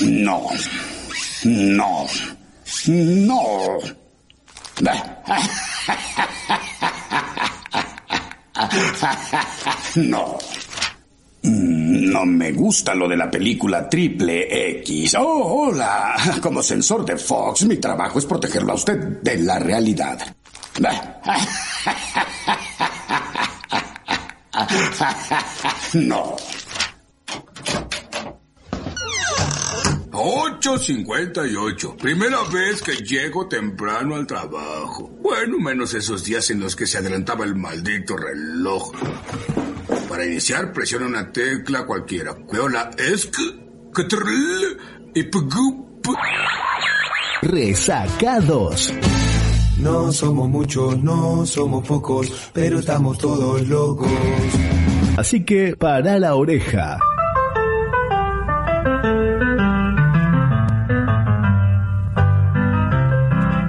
No. No. No. No. No me gusta lo de la película triple X. Oh, hola. Como sensor de Fox, mi trabajo es protegerlo a usted de la realidad. No. 8.58. Primera vez que llego temprano al trabajo. Bueno, menos esos días en los que se adelantaba el maldito reloj. Para iniciar, presiona una tecla cualquiera. Veo la ESC, CTRL y PGUP. Resacados. No somos muchos, no somos pocos, pero estamos todos locos. Así que para la oreja.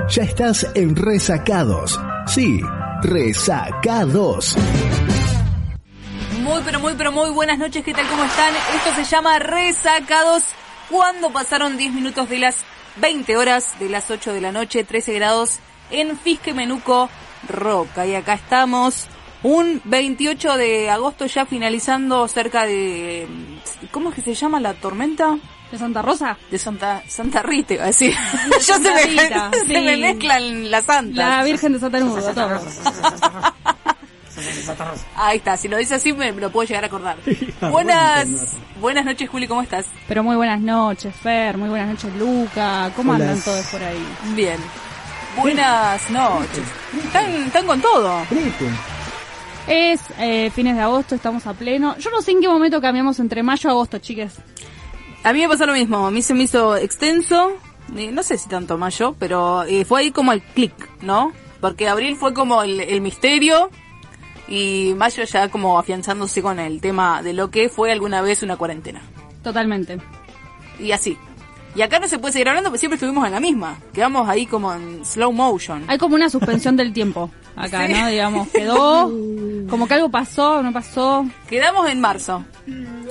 Ya estás en Resacados. Sí, Resacados. Muy, pero muy, pero muy buenas noches. ¿Qué tal? ¿Cómo están? Esto se llama Resacados. Cuando pasaron 10 minutos de las 20 horas, de las 8 de la noche, 13 grados en Fisque Menuco Roca. Y acá estamos un 28 de agosto ya finalizando cerca de... ¿Cómo es que se llama la tormenta? ¿De Santa Rosa? De Santa, Santa Rita, iba a decir. Ya se Santa me, Rita, se sí. me mezclan las santas. La Virgen de Santa Nudo, todo. Ahí está, si lo dice así me, me lo puedo llegar a acordar. buenas, buenas noches Juli, ¿cómo estás? Pero muy buenas noches, Fer, muy buenas noches, Luca. ¿Cómo Hola. andan todos por ahí? Bien. Buenas noches. ¿Están, están con todo? Prieto. Es eh, fines de agosto, estamos a pleno. Yo no sé en qué momento cambiamos entre mayo y agosto, chiques. A mí me pasó lo mismo, a mí se me hizo extenso, eh, no sé si tanto mayo, pero eh, fue ahí como el clic, ¿no? Porque abril fue como el, el misterio y mayo ya como afianzándose con el tema de lo que fue alguna vez una cuarentena. Totalmente. Y así. Y acá no se puede seguir hablando porque siempre estuvimos en la misma. Quedamos ahí como en slow motion. Hay como una suspensión del tiempo acá, Sí. ¿no? Digamos, quedó como que algo pasó, no pasó. Quedamos en marzo.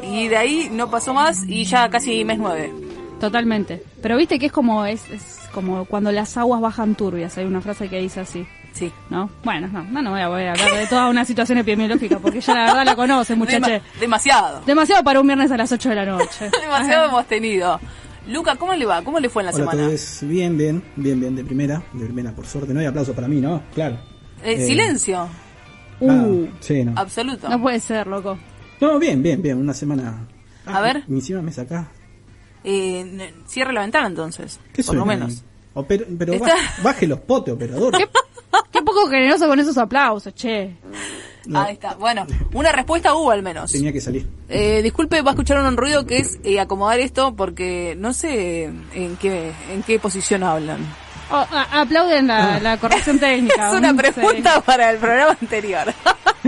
Y de ahí no pasó más y ya casi mes 9. Totalmente. Pero viste que es como, es, es como cuando las aguas bajan turbias. Hay una frase que dice así. Sí. ¿No? Bueno, no, no, no voy a voy a hablar de toda una situación epidemiológica, porque ya la verdad la conocen, muchachos. Dema- demasiado. Demasiado para un viernes a las 8 de la noche. Demasiado hemos tenido. Luca, ¿cómo le va? ¿Cómo le fue en la Hola a semana? todos. Bien, bien, bien, bien, de primera. De primera, por suerte. No hay aplauso para mí, ¿no? Claro. Eh, Eh, Silencio. Uh, ah, sí, no. Absoluto. no puede ser, loco. No, bien, bien, bien. Una semana. A ver. y Encima me sacás. Eh, n- cierre la ventana entonces. ¿Qué por lo suena menos. ahí? Oper- pero Está- baj- baje los potes, operador. ¿Qué, qué poco generoso con esos aplausos, che. No, Ahí está. Bueno, una respuesta hubo al menos. Tenía que salir. Eh, disculpe, va a escuchar un ruido que es eh, acomodar esto porque no sé en qué, en qué posición hablan. Oh, a- aplauden la, la corrección técnica. Es una un- pregunta para el programa anterior.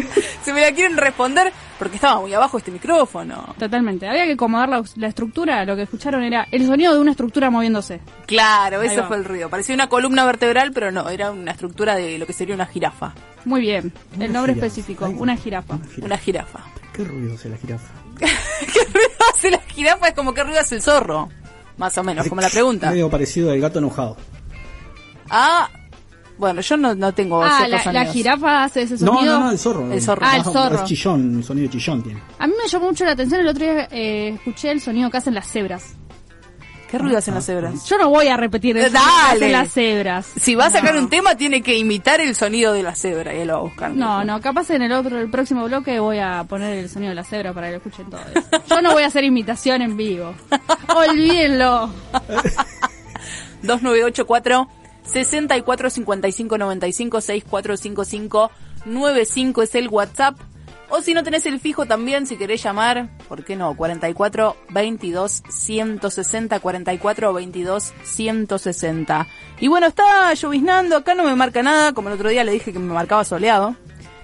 si me la quieren responder, porque estaba muy abajo este micrófono. sí, Totalmente. Había que acomodar la, la estructura. Lo que escucharon era el sonido de una estructura moviéndose. Claro, Ahí ese va. fue el ruido. Parecía una columna vertebral, pero no, era una estructura de lo que sería una jirafa. Muy bien. El Una nombre jirafa. específico. Ahí va. Una jirafa. Una jirafa. Una jirafa. ¿Qué ruido hace la jirafa? ¿Qué ruido hace la jirafa? Es como qué ruido hace el zorro. Más o menos, como la pregunta. Medio parecido al gato enojado. Ah, bueno, yo no, no tengo Ah, ciertos la, la sonidos. jirafa hace ese sonido. Oh, No, no, no, el zorro. El zorro. Ah, el Más- zorro. más chillón, un sonido chillón tiene. A mí me llamó mucho la atención el otro día eh, escuché el sonido que hacen las cebras. ¿Qué ruido hacen las cebras? Yo no voy a repetir el sonido que Dale. hacen las cebras. Si va a sacar un tema, tiene que imitar el sonido de la cebra. Y él lo va a buscar. No, no, capaz en el otro, el próximo bloque voy a poner el sonido de la cebra para que lo escuchen todos. Yo no voy a hacer imitación en vivo. Olvídenlo. 2984 6455 95 6455 95 es el WhatsApp. O si no tenés el fijo también, si querés llamar, ¿por qué no? 44 22 160 44 22 160. Y bueno, está lloviznando, acá no me marca nada, como el otro día le dije que me marcaba soleado.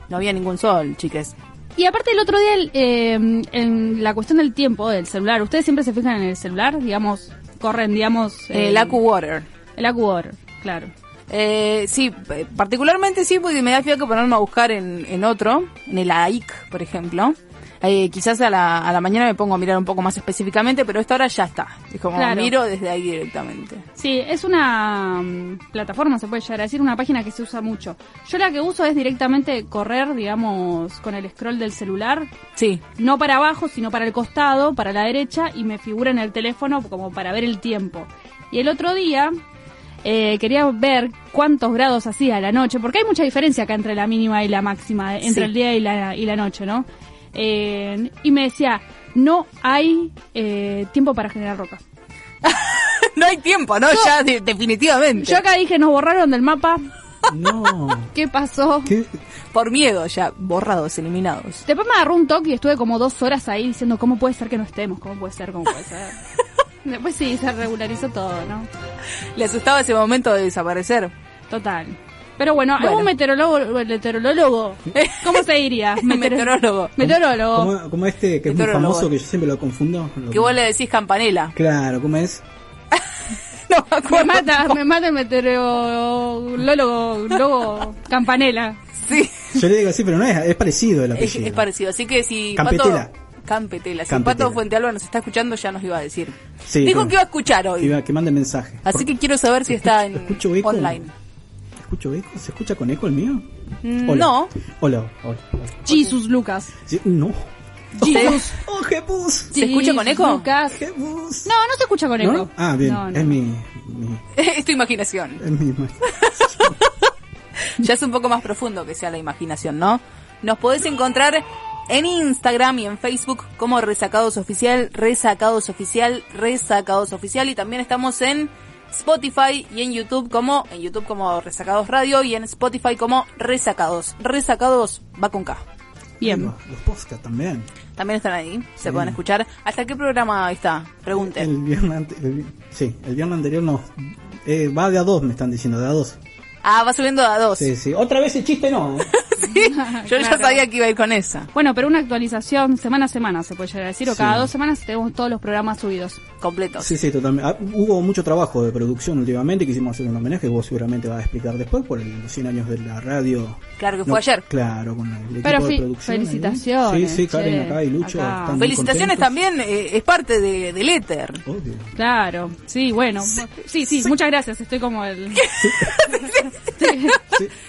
No había ningún sol, chiques. Y aparte el otro día, el, eh, en la cuestión del tiempo del celular, ustedes siempre se fijan en el celular, digamos, corren, digamos... eh, El Acu Water. El AcuWater, claro. Eh, sí, p- particularmente sí, porque me da fiaca ponerme a buscar en, en otro, en el AIC, por ejemplo. Eh, quizás a la, a la mañana me pongo a mirar un poco más específicamente, pero esta hora ya está. Es como Claro. miro desde ahí directamente. Sí, es una mm, plataforma, se puede llegar a decir, una página que se usa mucho. Yo la que uso es directamente correr, digamos, con el scroll del celular, Sí, no para abajo, sino para el costado, para la derecha, y me figura en el teléfono como para ver el tiempo. Y el otro día eh, quería ver cuántos grados hacía a la noche, porque hay mucha diferencia acá entre la mínima y la máxima, eh, entre Sí. el día y la, y la noche, ¿no? Eh, y me decía, no hay eh, tiempo para generar roca. no hay tiempo, ¿no? ya de- definitivamente. Yo acá dije, nos borraron del mapa, No. ¿qué pasó? ¿Qué? por miedo, ya borrados, eliminados. Después me agarró un toque y estuve como dos horas ahí diciendo, ¿cómo puede ser que no estemos? ¿Cómo puede ser? ¿Cómo puede ser? Después sí, se regularizó todo, ¿no? Le asustaba ese momento de desaparecer. Total. Pero bueno, Bueno. algún meteorólogo, meteorólogo, ¿cómo se diría? Metero- Meteorólogo. Meteorólogo. Como, como este que es muy Meteorólogo. famoso, que yo siempre lo confundo. Lo- Que vos le decís campanela. Claro, ¿cómo es? No me Me acuerdo. mata, me mata el meteorólogo, logo, campanela. Sí, Yo le digo así, pero no es, es parecido el es, apellido. es parecido. Así que si Campetela. Pato... Campetela. Si Campetela. Pato Fuentealba nos está escuchando, ya nos iba a decir. Sí, Dijo claro. que iba a escuchar hoy. Iba, que mande mensaje. Así que quiero saber si está en Escucho eco. online. ¿Escucho eco? ¿Se escucha con eco el mío? Mm, Hola. No. Hola, hola. hola. Jesus Lucas. Sí, no. Jesus. ¡Oh, Jebus! ¿Se escucha con Jesus eco? Lucas. Jebus. No, no se escucha con eco. ¿No? Ah, bien. No, no. Es mi. mi Es tu imaginación. es mi Ya es un poco más profundo que sea la imaginación, ¿no? Nos podés encontrar en Instagram y en Facebook como Resacados Oficial, Resacados Oficial, Resacados Oficial y también estamos en Spotify y en YouTube como en YouTube como Resacados Radio y en Spotify como Resacados. Resacados va con K. Bien. Los, los podcast también. También están ahí, se Sí. pueden escuchar. ¿Hasta qué programa está? Pregunten. El viernes ante- el vi- sí, el viernes anterior no. Eh, va de a dos, me están diciendo, de a dos. Ah, va subiendo a dos. Sí, sí. Otra vez el chiste no. ¿eh? Sí, Yo ya Claro. sabía que iba a ir con esa. Bueno, pero una actualización semana a semana se puede llegar a decir, o Sí. cada dos semanas tenemos todos los programas subidos. Completo. Sí, sí, totalmente. Ah, hubo mucho trabajo de producción últimamente, quisimos hacer un homenaje que vos seguramente vas a explicar después por el- los 100 años de la radio. Claro que fue ayer. Claro, con el equipo Pero de fe- producción. ahí. felicitaciones, Sí, sí, Karen che, acá y Lucho. acá. están muy Felicitaciones contentos. también, eh, es parte de, del éter. Obvio. Claro, sí, bueno. Sí, sí, muchas gracias, estoy como el... Sí. Sí,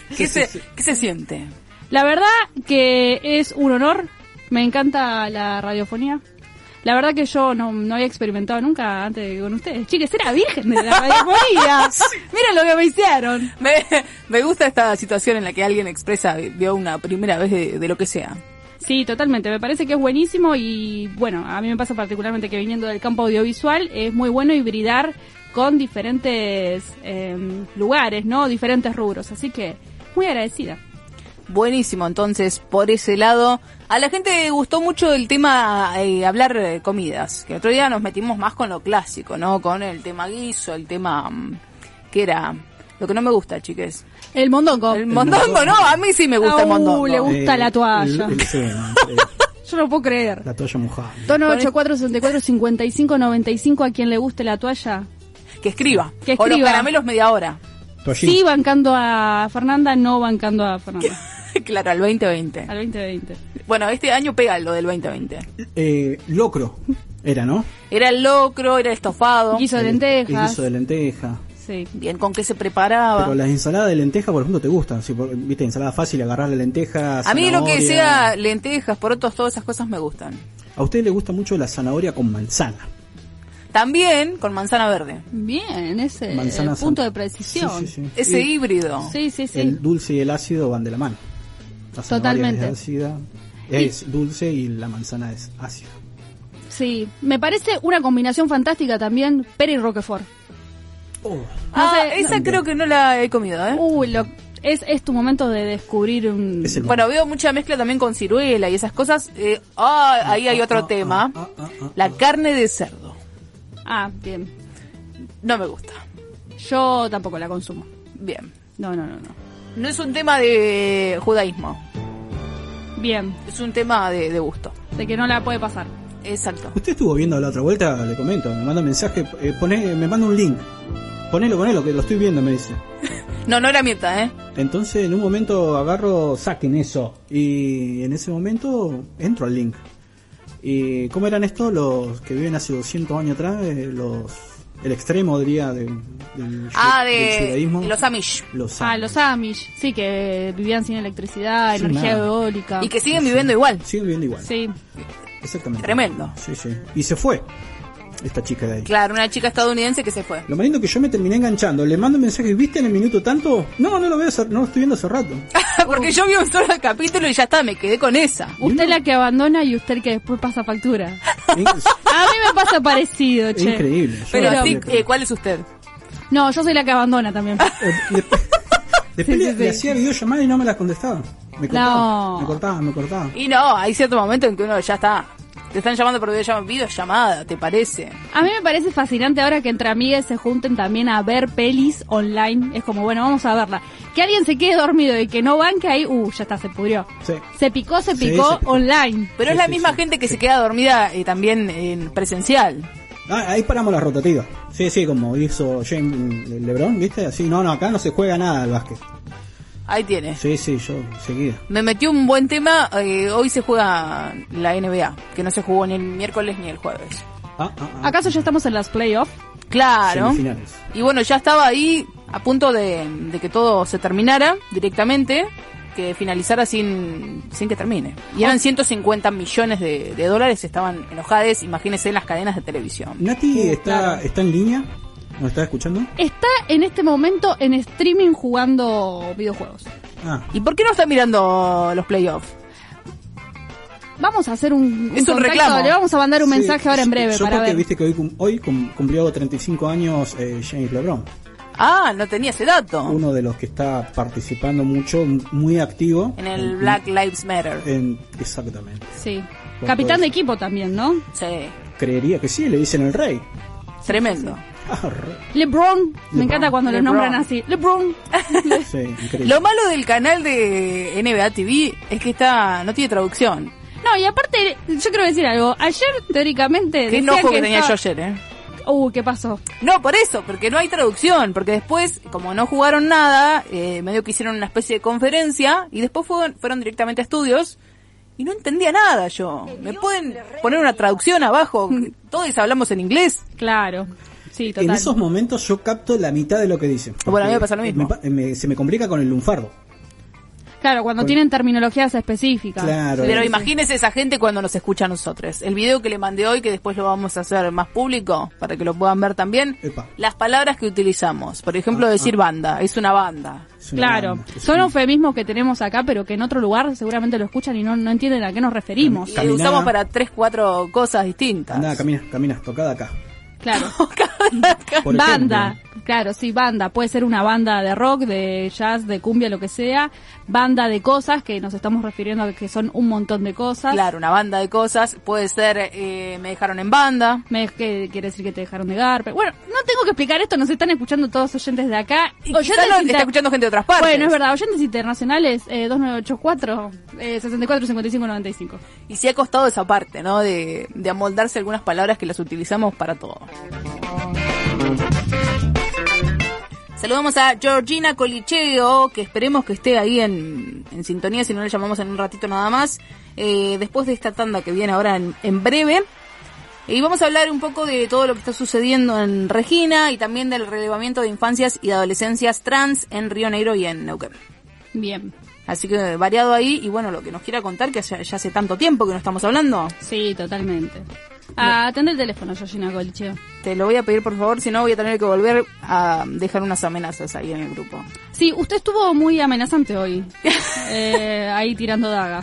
¿Qué, sí, se, sí, sí. ¿Qué se siente? La verdad que es un honor, me encanta la radiofonía. La verdad que yo no, no había experimentado nunca antes con ustedes. Chiques, era virgen de la radiofonía. Mira lo que me hicieron. Me, me gusta esta situación en la que alguien expresa, vio una primera vez de, de lo que sea. Sí, totalmente. Me parece que es buenísimo y bueno, a mí me pasa particularmente que viniendo del campo audiovisual es muy bueno hibridar con diferentes em, lugares, ¿no? Diferentes rubros. Así que muy agradecida. Buenísimo, entonces, por ese lado. A la gente le gustó mucho el tema eh, hablar de comidas, que otro día nos metimos más con lo clásico, ¿no? Con el tema guiso, el tema mm, que era... Lo que no me gusta, chiques. El mondongo. El mondongo, no, a mí sí me gusta el Au, mondongo. le gusta. la toalla. Eh, el- el- sí, eh, Yo no puedo creer. la toalla mojada. Tono 84645595 a quien le guste la toalla. Que escriba. Que O los escriba. caramelos media hora. Toallín. Sí, bancando a Fernanda, no bancando a Fernanda. claro, al 2020. Al 2020. Bueno, este año pega lo del 2020. Eh, locro. Era, ¿no? Era el locro, era el estofado. Guiso de El- El lentejas. Ah, guiso de lenteja. Sí. Bien, ¿con qué se preparaba? Pero las ensaladas de lenteja, por ejemplo, te gustan. Si, por- viste, ensalada fácil, agarrar la lenteja. A mí lo que zanahoria. sea lentejas, porotos, todas esas cosas me gustan. A usted le gusta mucho la zanahoria con manzana. También con manzana verde. Bien, ese Manzana eh, punto santa. de precisión. Sí, sí, sí. Ese Y híbrido. Sí, sí, sí. El dulce y el ácido van de la mano. La zanahoria Totalmente. Es ácida, es dulce y la manzana es ácida. Sí. Me parece una combinación fantástica también, Pera y Roquefort. Ah, No Uh, sé, esa creo que no la he comido, ¿eh? Uy, lo, es, es tu momento de descubrir un... Es el Bueno, veo mucha mezcla también con ciruela y esas cosas. Eh, ah, ahí hay otro ah, tema. ah, ah, ah, la carne de cerdo. Ah, bien. No me gusta. Yo tampoco la consumo. Bien. No, no, no, no. No es un tema de judaísmo. Bien, Es un tema de, de gusto. de que no la puede pasar. Exacto. Usted estuvo viendo la otra vuelta, le comento, me manda un mensaje, eh, pone, me manda un link. Ponelo, ponelo, que lo estoy viendo, me dice. No, no era mierda, ¿eh? Entonces, en un momento agarro, saquen eso. Y en ese momento entro al link. ¿Y cómo eran estos los que viven hace 200 años atrás? eh, los El extremo, diría, de- del, Ah, del de judaísmo. los Amish. Los Ah, Amish. los Amish, sí, que vivían sin electricidad, Sin energía nada. eólica. Y que siguen viviendo igual. Siguen viviendo igual. Sí, Exactamente. Tremendo. Sí, sí. Y se fue esta chica de ahí. Claro, una chica estadounidense que se fue. Lo más lindo que yo me terminé enganchando. Le mando un mensaje, ¿viste en el minuto tanto? No, no lo veo, hace- no lo estoy viendo hace rato. Porque yo vi un solo capítulo y ya está, me quedé con esa. usted la que abandona y usted que después pasa factura. Es, A mí me pasa parecido, es che. increíble. Yo Pero la- así, le- eh, ¿cuál es usted? No, yo soy la que abandona también. le- Después Sí, le, sí, le sí. hacía videollamada y no me las contestaba. Me cortaba, No. me cortaba, me cortaba. Y no, hay cierto momento en que uno ya está. Te están llamando por videollam- videollamada, ¿te parece? A mí me parece fascinante ahora que entre amigas se junten también a ver pelis online. Es como, bueno, vamos a verla. Que alguien se quede dormido y que no banque ahí, uh, ya está, se pudrió. Sí. Se picó, se Sí, picó se picó. online. Pero es Sí, la sí, misma sí. gente que se queda dormida eh, también en presencial. Ah, ahí paramos la rotativa. Sí, sí, como hizo James Le- Lebron, ¿viste? Así, no, no, acá no se juega nada al básquet. Ahí tiene. Sí, sí, yo seguida. Me metió un buen tema. eh, hoy se juega la NBA, que no se jugó ni el miércoles ni el jueves. Ah, ah, ah. ¿Acaso ya estamos en las playoffs? Claro. Semifinales. Y bueno, ya estaba ahí a punto de, de que todo se terminara directamente, que finalizara sin, sin que termine. Y eran 150 millones de, de dólares, estaban enojades, imagínense en las cadenas de televisión. Nati Sí, está, claro. está en línea. ¿Nos está escuchando? Está en este momento en streaming jugando videojuegos. Ah, ¿Y por qué no está mirando los playoffs? Vamos a hacer un, un Es un contacto, reclamo. Le vamos a mandar un mensaje ahora en breve Yo para porque ver. viste que hoy, cum- hoy cum- cumplió 35 años eh, James LeBron, Ah, no tenía ese Oh. dato. uno de los que está participando mucho, m- muy activo. En el Black Lives Matter. en- exactamente. Sí. Capitán de equipo también, ¿no? Sí, Creería que sí, le dicen el rey. tremendo. Ah, re- LeBron. Me encanta cuando lo LeBron. nombran así. LeBron. sí, increíble. Lo malo del canal de NBA TV es que está no tiene traducción. No, y aparte, yo quiero decir algo. Ayer, teóricamente. Qué decían enojo que tenía yo estaba- ayer, ¿eh? Uh, ¿qué pasó? No, por eso, porque no hay traducción, porque después, como no jugaron nada, eh, medio que hicieron una especie de conferencia y después fueron, fueron directamente a estudios y no entendía nada yo. ¿Me pueden poner una traducción abajo? Todos hablamos en inglés. Claro. Sí, total. en esos momentos yo capto la mitad de lo que dicen. Bueno, a mí me Porque pasa lo mismo. me pa- eh, me- se me complica con el lunfardo. Claro, cuando tienen terminologías específicas. Claro. Pero Sí, imagínese esa gente cuando nos escucha a nosotros. El video que le mandé hoy, que después lo vamos a hacer más público, para que lo puedan ver también, Epa. las palabras que utilizamos. Por Ah, ejemplo, decir banda, es una banda. Es una Claro, banda, es son una- eufemismos que tenemos acá, pero que en otro lugar seguramente lo escuchan y no, no entienden a qué nos referimos. Y Caminá. usamos para tres, cuatro cosas distintas. Andá, camina, camina, tocada acá. Claro. Por banda, ejemplo. claro, sí, banda. Puede ser una banda de rock, de jazz, de cumbia, lo que sea. Banda de cosas, que nos estamos refiriendo a que son un montón de cosas. Claro, una banda de cosas. Puede ser, eh, me dejaron en banda. Me, que quiere decir que te dejaron de garpe. Bueno, no tengo que explicar esto, nos están escuchando todos oyentes de acá. Y quizá no, está escuchando gente de otras partes. Bueno, es verdad, oyentes internacionales, eh, 2984, eh, 64, 55, 95. Y sí ha costado esa parte, ¿no? De, de amoldarse algunas palabras que las utilizamos para todo. Saludamos a Georgina Colicheo, que esperemos que esté ahí en, en sintonía, si no le llamamos en un ratito nada más, eh, después de esta tanda que viene ahora en, en breve. Y vamos a hablar un poco de todo lo que está sucediendo en Regina y también del relevamiento de infancias y de adolescencias trans en Río Negro y en Neuquén. Bien. Así que variado ahí y bueno, lo que nos quiera contar, que ya, ya hace tanto tiempo que no estamos hablando, Sí, totalmente. Ah, Atende el teléfono, Georgina Colicheo. te lo voy a pedir por favor, si no voy a tener que volver a dejar unas amenazas ahí en el grupo. Sí, usted estuvo muy amenazante hoy. Eh, ahí tirando daga.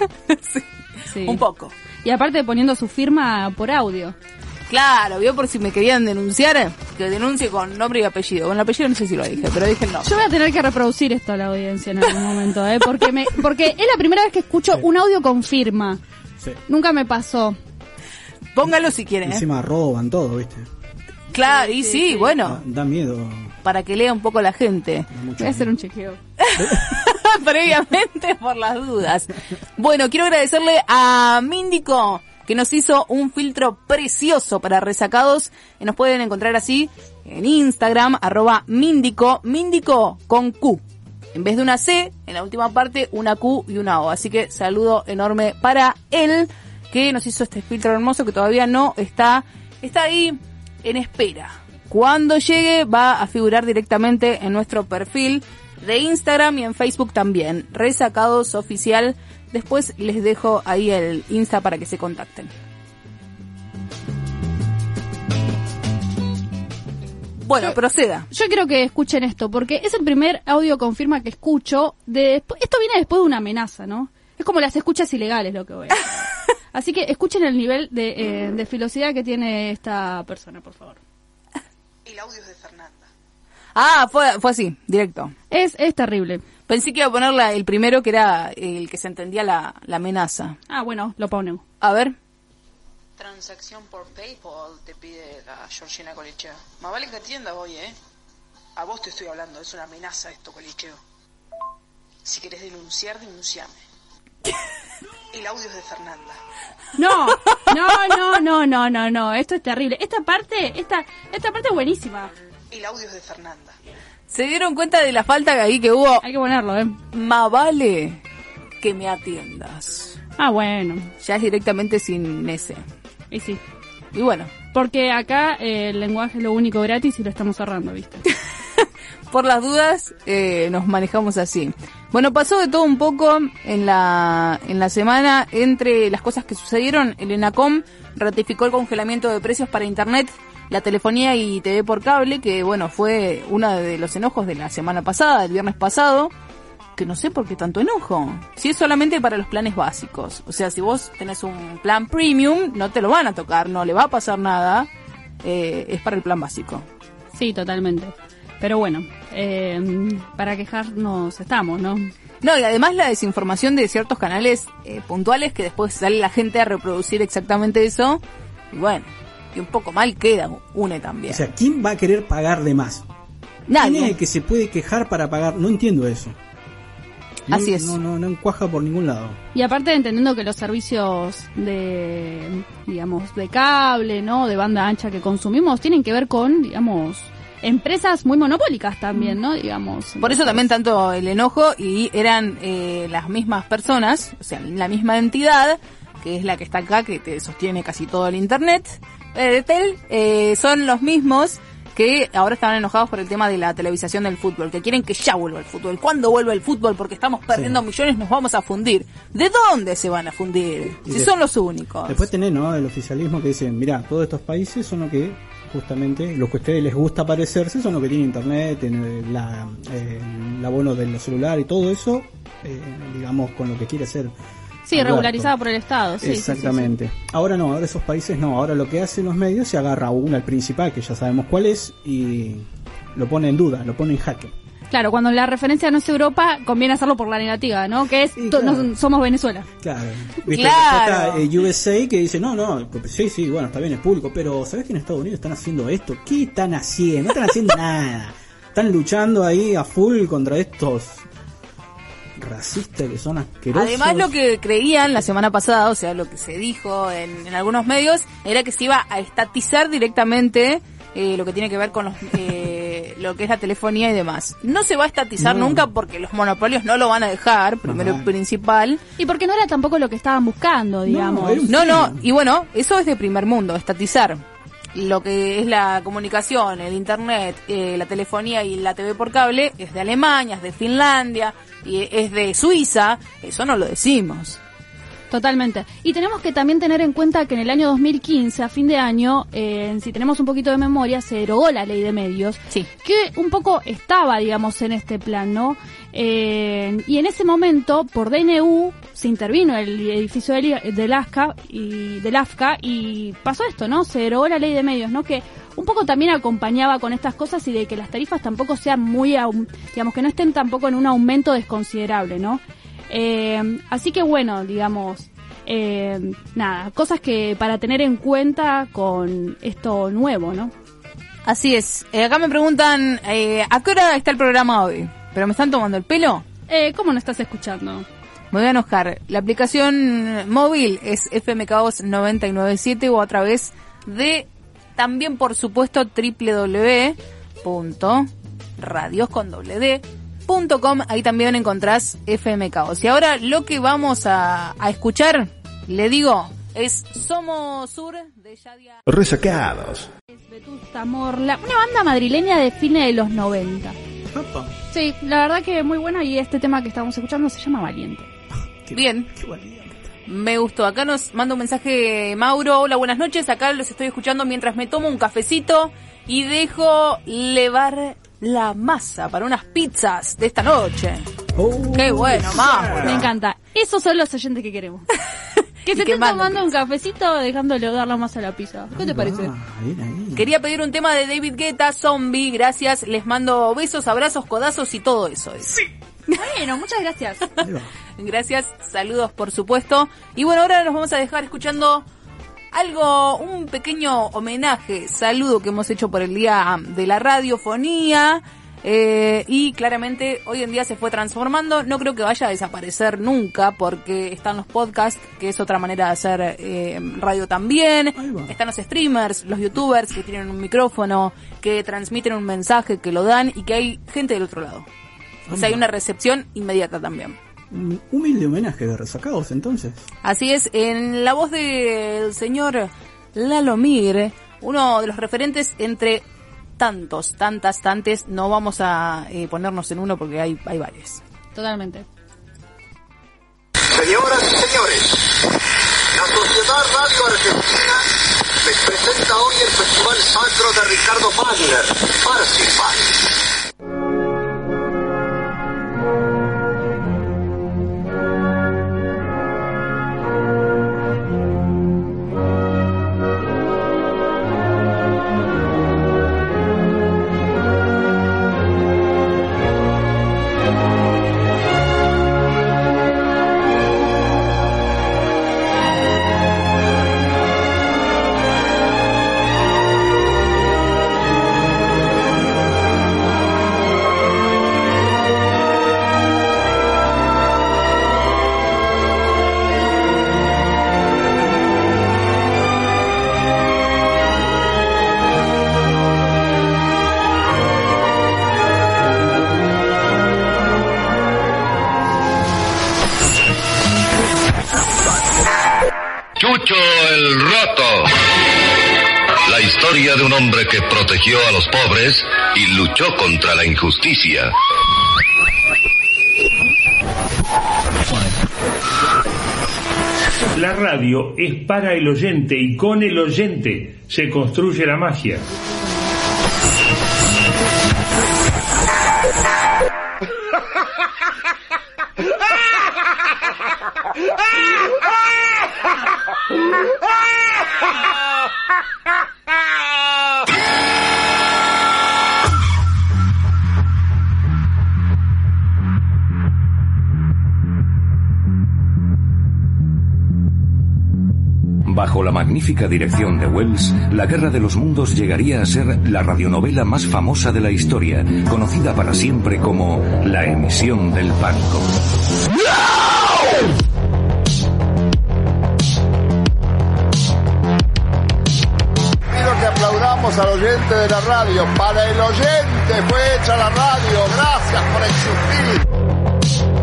Sí. Un poco. Y aparte poniendo su firma por audio. Claro, vio por si me querían denunciar, eh, que denuncie con nombre y apellido. Con el apellido no sé si lo dije, pero dije no. Yo voy a tener que reproducir esto a la audiencia en algún momento, ¿eh? Porque, me, porque es la primera vez que escucho un audio con firma. Sí. Eh. Nunca me pasó. Póngalo si quieren. ¿eh? Encima roban todo, ¿viste? Claro, y sí, Da, bueno, da miedo. para que lea un poco la gente. Mucho. Voy a hacer un chequeo. previamente por las dudas. Bueno, quiero agradecerle a Míndico que nos hizo un filtro precioso para resacados. Eh, Nos pueden encontrar así en Instagram, arroba Míndico, Míndico con Q. En vez de una C, en la última parte, una Q y una O. Así que saludo enorme para él. que nos hizo este filtro hermoso que todavía no está, está ahí en espera. Cuando llegue va a figurar directamente en nuestro perfil de Instagram y en Facebook también. Resacados oficial. Después les dejo ahí el Insta para que se contacten. Bueno, proceda. Yo quiero que escuchen esto, porque es el primer audio confirma que escucho. De, esto viene después de una amenaza, ¿no? Es como las escuchas ilegales lo que voy a hacer. Así que escuchen el nivel de, eh, de filosidad que tiene esta persona, por favor. El audio es de Fernanda. Ah, fue, fue así, directo. Es, es terrible. Pensé que iba a poner la- el primero que era el que se entendía la, la amenaza. Ah, bueno, lo ponemos. A ver. Transacción por PayPal te pide la Georgina Colicheo. Más vale que atienda hoy, ¿eh? A vos te estoy hablando, es una amenaza esto, Colicheo. Si querés denunciar, denunciame. El audio es de Fernanda. No, no, no, no, no, no, no. Esto es terrible. Esta parte, esta, esta parte es buenísima. El audio es de Fernanda. ¿Se dieron cuenta de la falta que ahí que hubo? Hay que ponerlo, ¿eh? Más vale que me atiendas. Ah, bueno. Ya es directamente sin ese. Y sí. Y bueno, Porque acá eh, el lenguaje es lo único gratis y lo estamos cerrando, ¿viste? por las dudas eh, nos manejamos así. Bueno, pasó de todo un poco en la, en la semana. Entre las cosas que sucedieron, el ENACOM ratificó el congelamiento de precios para Internet, la telefonía y TV por cable, que bueno, fue uno de los enojos de la semana pasada, del viernes pasado. Que no sé por qué tanto enojo. Si es solamente para los planes básicos. O sea, si vos tenés un plan premium, no te lo van a tocar, no le va a pasar nada. Eh, es para el plan básico. Sí, totalmente. Pero bueno, eh, para quejarnos estamos, ¿no? No, y además la desinformación de ciertos canales eh, puntuales que después sale la gente a reproducir exactamente eso. Y bueno, y un poco mal queda, une también. O sea, ¿quién va a querer pagar de más? ¿Quién es Nadie. el que se puede quejar para pagar? No entiendo eso. No- Así es. No, no, no encuaja por ningún lado. Y aparte entendiendo que los servicios de, digamos, de cable, ¿no? De banda ancha que consumimos tienen que ver con, digamos, empresas muy monopólicas también, ¿no? Digamos. Por eso también tanto el enojo y eran eh, las mismas personas, o sea, la misma entidad, que es la que está acá, que te sostiene casi todo el internet, eh, Tel, eh, son los mismos que ahora están enojados por el tema de la televisación del fútbol, que quieren que ya vuelva el fútbol. ¿Cuándo vuelve el fútbol? Porque estamos perdiendo millones, nos vamos a fundir. ¿De dónde se van a fundir? Y Si Eh, de- son los únicos. Después tenés, ¿no? El oficialismo que dicen, mirá, todos estos países son los que, justamente, los que a ustedes les gusta parecerse, son los que tienen internet, tienen la, eh, el abono de los celular y todo eso, eh, digamos, con lo que quiere hacer. Sí, Alberto. regularizada por el Estado, sí. sí, sí, sí. Exactamente. Ahora no, ahora esos países no. Ahora lo que hacen los medios se agarra a uno, al principal, que ya sabemos cuál es, y lo pone en duda, lo pone en jaque. Claro, cuando la referencia no es Europa, conviene hacerlo por la negativa, ¿no? Que es, Sí, to- claro. no- somos Venezuela. Claro. Viste, Claro. Está eh, USA que dice, no, no, pues, sí, sí, bueno, está bien, es público, pero ¿sabés que en Estados Unidos están haciendo esto? ¿Qué están haciendo? No están haciendo nada. Están luchando ahí a full contra estos racistas que son asquerosos. Además, lo que creían la semana pasada, o sea, lo que se dijo en, en algunos medios, era que se iba a estatizar directamente eh, lo que tiene que ver con los, eh, lo que es la telefonía y demás. No se va a estatizar No. nunca porque los monopolios no lo van a dejar, primero y Ajá. principal. Y porque no era tampoco lo que estaban buscando, digamos. era un- No, no, y bueno, eso es de primer mundo, estatizar. Lo que es la comunicación, el internet, eh, la telefonía y la TV por cable es de Alemania, es de Finlandia, y es de Suiza, eso no lo decimos. Totalmente. Y tenemos que también tener en cuenta que en el año 2015, a fin de año, eh, si tenemos un poquito de memoria, se derogó la ley de medios, Sí. que un poco estaba, digamos, en este plan, ¿no? Eh, y en ese momento, por DNU, se intervino el edificio del, del AFCA y, del AFCA y pasó esto, ¿no? Se derogó la ley de medios, ¿no? Que un poco también acompañaba con estas cosas y de que las tarifas tampoco sean muy, aum- digamos, que no estén tampoco en un aumento desconsiderable, ¿no? Eh, así que bueno, digamos, eh, nada, cosas que para tener en cuenta con esto nuevo, ¿no? Así es. Eh, acá me preguntan, eh, ¿a qué hora está el programa hoy? ¿Pero me están tomando el pelo? Eh, ¿Cómo no estás escuchando? Me voy a enojar. La aplicación móvil es FMKOS997 o a través de también, por supuesto, www.radiosconwd.com. Ahí también encontrás FMKOS. Y ahora lo que vamos a, a escuchar, le digo, Es Somos Sur de Yadia. Resacados. Es Vetusta Morla, una banda madrileña de fines de los 90. Opa, Sí, la verdad que muy buena y este tema que estamos escuchando se llama Valiente. qué- Bien. qué valiente. Me gustó. Acá nos manda un mensaje Mauro. Hola, buenas noches. Acá los estoy escuchando mientras me tomo un cafecito y dejo levar la masa para unas pizzas de esta noche. Oh, Qué bueno, Mauro. Me encanta. Esos son los oyentes que queremos. que se Ah. Y que estén manden tomando un cafecito dejándole darla más a la pizza. ¿Qué te parece? Ah, bien ahí. Quería pedir un tema de David Guetta, Zombie. Gracias. Les mando besos, abrazos, codazos y todo eso. Bueno, muchas gracias. Ahí va. Gracias, saludos por supuesto. Y bueno, ahora nos vamos a dejar escuchando algo, un pequeño homenaje, saludo que hemos hecho por el día de la radiofonía. eh, y claramente hoy en día se fue transformando, no creo que vaya a desaparecer nunca porque están los podcasts, que es otra manera de hacer eh, radio también, Ahí va. están los streamers, los youtubers que tienen un micrófono, que transmiten un mensaje, que lo dan y que hay gente del otro lado. O sea, hay una recepción inmediata también. Un Humilde homenaje de resacados entonces. Así es, en la voz del señor Lalomir, uno de los referentes entre tantos, tantas, tantes, no vamos a eh, ponernos en uno porque hay, hay varios. Totalmente. Señoras y señores, la Sociedad Radio Argentina les presenta hoy el Festival Sacro de Ricardo Wagner, Parsifal. Chucho el Roto. La historia de un hombre que protegió a los pobres y luchó contra la injusticia. La radio es para el oyente y con el oyente se construye la magia. Bajo la magnífica dirección de Wells, La Guerra de los Mundos llegaría a ser la radionovela más famosa de la historia, conocida para siempre como La emisión del pánico. Pido que aplaudamos al oyente de la radio. Para el oyente fue hecha la radio. Gracias por existir.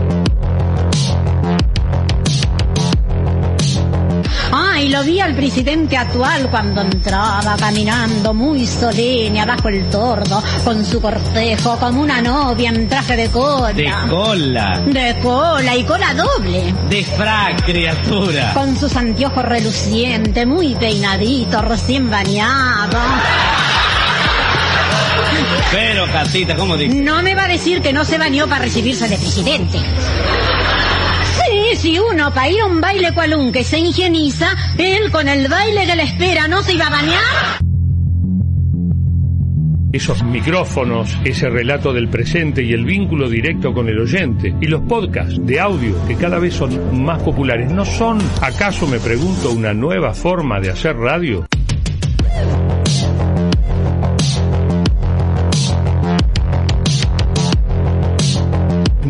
Ay, Ah, lo vi al presidente actual cuando entraba caminando muy solemne abajo el tordo, con su cortejo como una novia en traje de cola. De cola. De cola y cola doble. De frac, criatura. Con sus anteojos relucientes, muy peinadito, recién bañado. Pero, Casita, ¿cómo dices? No me va a decir que no se bañó para recibirse de presidente. Sí, si uno para ir a un baile cualunque se higieniza, él con el baile que le espera no se iba a bañar. Esos micrófonos, ese relato del presente y el vínculo directo con el oyente. Y los podcasts de audio que cada vez son más populares. ¿No son, acaso me pregunto, una nueva forma de hacer radio?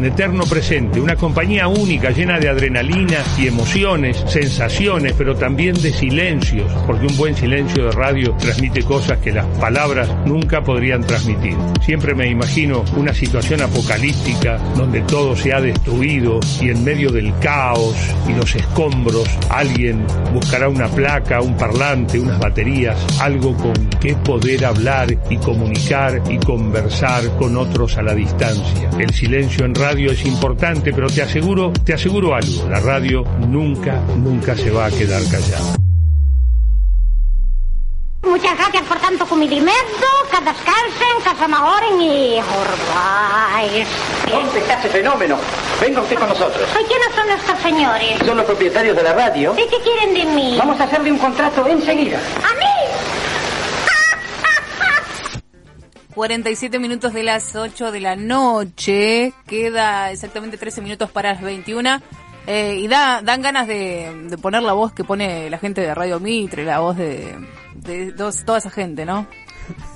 eterno presente, una compañía única llena de adrenalina y emociones, sensaciones, pero también de silencios, porque un buen silencio de radio transmite cosas que las palabras nunca podrían transmitir. Siempre me imagino una situación apocalíptica donde todo se ha destruido y en medio del caos y los escombros alguien buscará una placa, un parlante, unas baterías, algo con que poder hablar y comunicar y conversar con otros a la distancia. El silencio en radio es importante, pero te aseguro, te aseguro algo, la radio nunca, nunca se va a quedar callada. Muchas gracias por tanto comidimento, que descansen, que se mejoren y jorváis. ¿Dónde está ese este fenómeno? Venga usted con nosotros. Ay, ¿quiénes son estos señores? Son los propietarios de la radio. ¿Y qué quieren de mí? Vamos a hacerle un contrato enseguida. ¿A mí? 47 minutos de las 8 de la noche. Queda exactamente 13 minutos para las 21. Eh, y da, dan ganas de, de poner la voz que pone la gente de Radio Mitre, la voz de, de dos- toda esa gente, ¿no?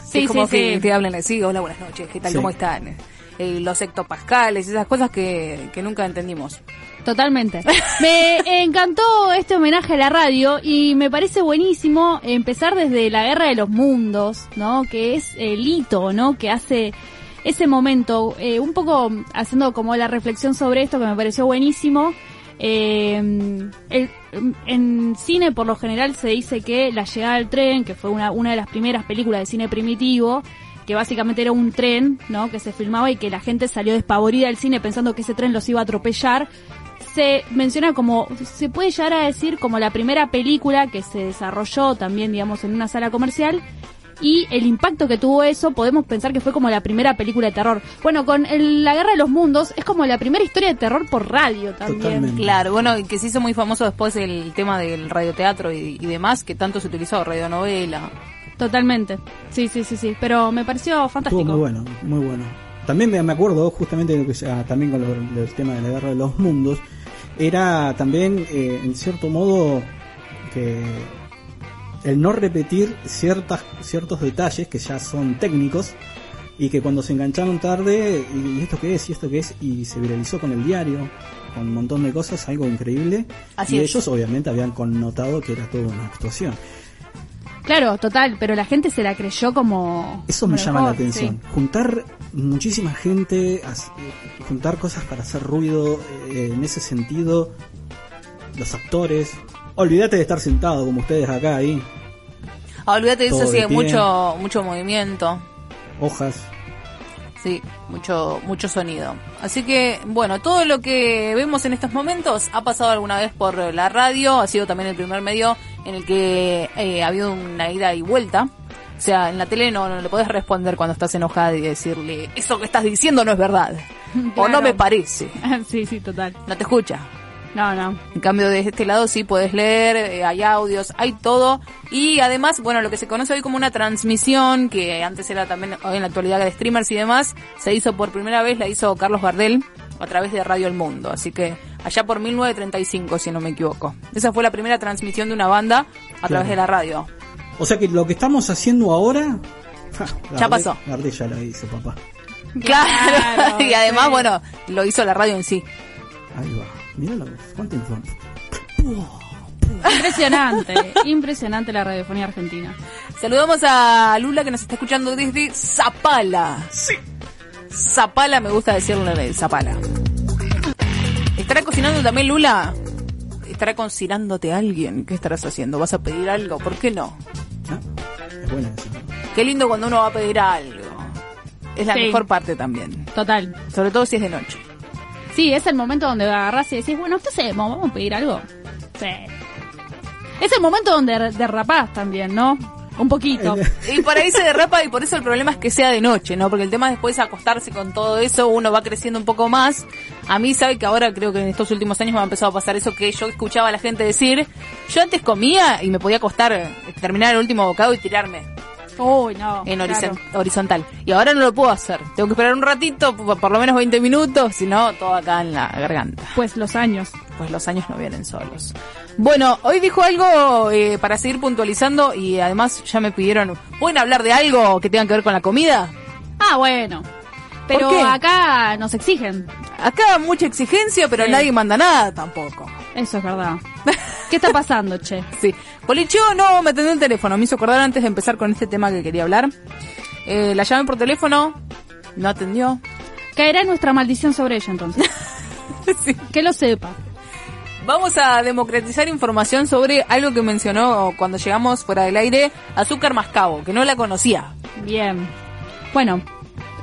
Sí, es como sí, que sí. te hablan así, hola, buenas noches, ¿qué tal? Sí. ¿Cómo están? Eh, los hectopascales, esas cosas que, que nunca entendimos. Totalmente. Me encantó este homenaje a la radio y me parece buenísimo empezar desde la Guerra de los Mundos, ¿no? Que es el hito, ¿no? Que hace ese momento, eh, un poco haciendo como la reflexión sobre esto que me pareció buenísimo. Eh, el- en cine por lo general se dice que La llegada del tren, que fue una, una de las primeras películas de cine primitivo, que básicamente era un tren, ¿no? Que se filmaba y que la gente salió despavorida del cine pensando que ese tren los iba a atropellar. Se menciona como, se puede llegar a decir como la primera película que se desarrolló también, digamos, en una sala comercial. Y el impacto que tuvo eso, podemos pensar que fue como la primera película de terror. Bueno, con el- La Guerra de los Mundos es como la primera historia de terror por radio también. Claro, bueno, y que se hizo muy famoso después el tema del radioteatro y, y demás, que tanto se utilizó, radionovela. Totalmente. Sí, sí, sí, sí. Pero me pareció fantástico. Estuvo muy bueno, muy bueno. También me, me acuerdo justamente de lo que se- ah, también con lo del tema de la guerra de los mundos. Era también, eh, en cierto modo, que el no repetir ciertas, ciertos detalles que ya son técnicos y que cuando se engancharon tarde, y, y esto qué es, y esto qué es, y se viralizó con el diario, con un montón de cosas, algo increíble. Así y es. ellos obviamente habían connotado que era toda una actuación. Claro, total, pero la gente se la creyó como... Eso me como llama la mejor, atención. sí. Juntar muchísima gente, as- eh, juntar cosas para hacer ruido, eh, en ese sentido, los actores. Olvídate de estar sentado como ustedes acá ahí, Ah, olvídate de eso, Todo sí, de pie. mucho, mucho movimiento. hojas. Sí, mucho, mucho sonido. Así que, bueno, todo lo que vemos en estos momentos ha pasado alguna vez por la radio, ha sido también el primer medio en el que eh, ha habido una ida y vuelta. O sea, en la tele no, no le podés responder cuando estás enojada y decirle, eso que estás diciendo no es verdad. O no Claro. me parece. sí, sí, total. No te escucha. No, no. En cambio, de este lado sí podés leer, eh, hay audios, hay todo. Y además, bueno, lo que se conoce hoy como una transmisión, que antes era también hoy en la actualidad de streamers y demás, se hizo por primera vez, la hizo Carlos Bardel a través de Radio El Mundo. Así que allá por 1935, si no me equivoco. Esa fue la primera transmisión de una banda a través de la radio. O sea que lo que estamos haciendo ahora... ja, Ya Gardel- pasó. Gardel ya lo hizo, papá. Claro. y además, bueno, lo hizo la radio en sí. Ahí va. Mirá la voz, cuánta información. Impresionante, impresionante la radiofonía argentina. Saludamos a Lula que nos está escuchando desde Zapala. Sí. Zapala, me gusta decirle Zapala. ¿Estará cocinando también Lula? ¿Estará cocinándote alguien? ¿Qué estarás haciendo? ¿Vas a pedir algo? ¿Por qué no? ah? Es buena esa. Qué lindo cuando uno va a pedir algo. Es la Sí. mejor parte también. Total. Sobre todo si es de noche. Sí, es el momento donde agarrás y decís, bueno, ¿qué hacemos? ¿Vamos a pedir algo? Sí. Es el momento donde der- derrapás también, ¿no? Un poquito. Y por ahí se derrapa y por eso el problema es que sea de noche, ¿no? Porque el tema es después acostarse con todo eso, uno va creciendo un poco más. A mí, sabe que ahora creo que en estos últimos años me ha empezado a pasar eso que yo escuchaba a la gente decir, yo antes comía y me podía acostar, eh, terminar el último bocado y tirarme Uy, no. en Oh, claro. horizon- horizontal. Y ahora no lo puedo hacer. Tengo que esperar un ratito, por por lo menos 20 minutos, si no, todo acá en la garganta. Pues los años. Pues los años no vienen solos. Bueno, hoy dijo algo eh, para seguir puntualizando y además ya me pidieron, ¿pueden hablar de algo que tenga que ver con la comida? Ah, bueno. Pero ¿Por qué? acá nos exigen. Acá mucha exigencia, pero Sí. nadie manda nada tampoco. Eso es verdad. ¿Qué está pasando, che? Sí. Policheo, no, me atendió el teléfono. Me hizo acordar antes de empezar con este tema que quería hablar. Eh, la llamé por teléfono, no atendió. Caerá nuestra maldición sobre ella entonces. Que lo sepa. Vamos a democratizar información sobre algo que mencionó cuando llegamos fuera del aire, azúcar mascabo, que no la conocía. Bien. Bueno,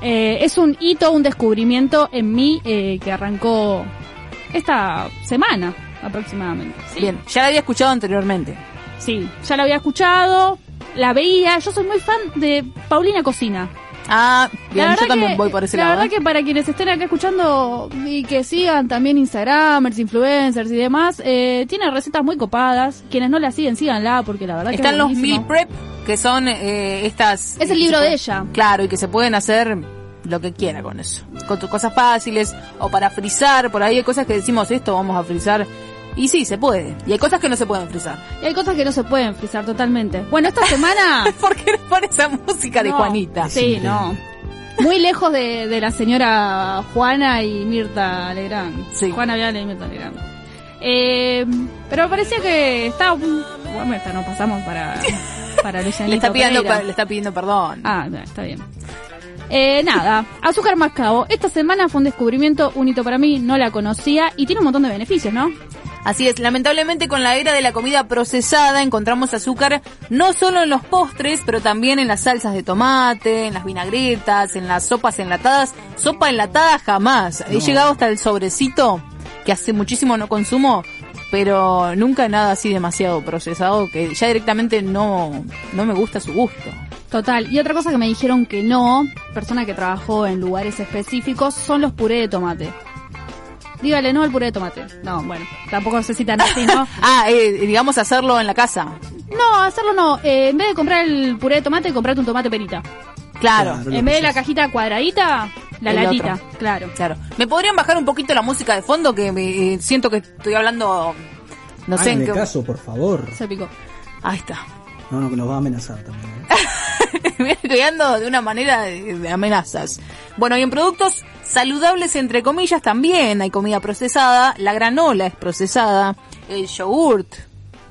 eh, es un hito, un descubrimiento en mí eh, que arrancó esta semana aproximadamente. Sí. Bien, ya la había escuchado anteriormente. Sí, ya la había escuchado, la veía. Yo soy muy fan de Paulina Cocina. Ah, bien, La verdad yo también que- voy por ese la lado. ¿eh? verdad que para quienes estén acá escuchando y que sigan también Instagramers, influencers y demás, eh, tiene recetas muy copadas. Quienes no la siguen, síganla porque la verdad Están que es los meal buenísima. prep, que son eh, estas... Es el libro de ella. Claro, y que se pueden hacer lo que quiera con eso. Con tus cosas fáciles, o para frizar, por ahí hay cosas que decimos, esto vamos a frizar. Y sí, se puede. Y hay cosas que no se pueden frizar. Y hay cosas que no se pueden frizar totalmente. Bueno, esta semana... ¿Por qué nos pone esa música de No, Juanita? Sí, no. Muy lejos de, de la señora Juana y Mirta Legrand. Juana Viale y Mirta Legrand. Eh, pero parecía que está... un- Bueno, esta no pasamos para... para Le está, Lucianito pidiendo, Pereira. per- le está pidiendo perdón. Ah, no, está bien. Eh, nada, azúcar mascabo. Esta semana fue un descubrimiento, un hito para mí, no la conocía y tiene un montón de beneficios, ¿no? Así es, lamentablemente con la era de la comida procesada encontramos azúcar no solo en los postres, pero también en las salsas de tomate, en las vinagretas, en las sopas enlatadas. Sopa enlatada jamás. He llegado hasta el sobrecito, que hace muchísimo no consumo, pero nunca nada así demasiado procesado, que ya directamente no, no me gusta su gusto. Total. Y otra cosa que me dijeron que no, persona que trabajó en lugares específicos, son los puré de tomate. Dígale no al puré de tomate. No, bueno, tampoco se citan así, ¿no? Ah, eh, digamos hacerlo en la casa. No, hacerlo no. Eh, en vez de comprar el puré de tomate, comprate un tomate perita. Claro. En vez de la cajita cuadradita, la El latita. otro. Claro. Claro. ¿Me podrían bajar un poquito la música de fondo? Que me- eh, siento que estoy hablando... No sé Ah, en Háganle qué... caso, por favor. Se picó. Ahí está. No, no, que nos va a amenazar también. ¿eh? Mira, estoy dando de una manera de, de amenazas. Bueno, y en productos saludables, entre comillas, también hay comida procesada. La granola es procesada. El yogurt,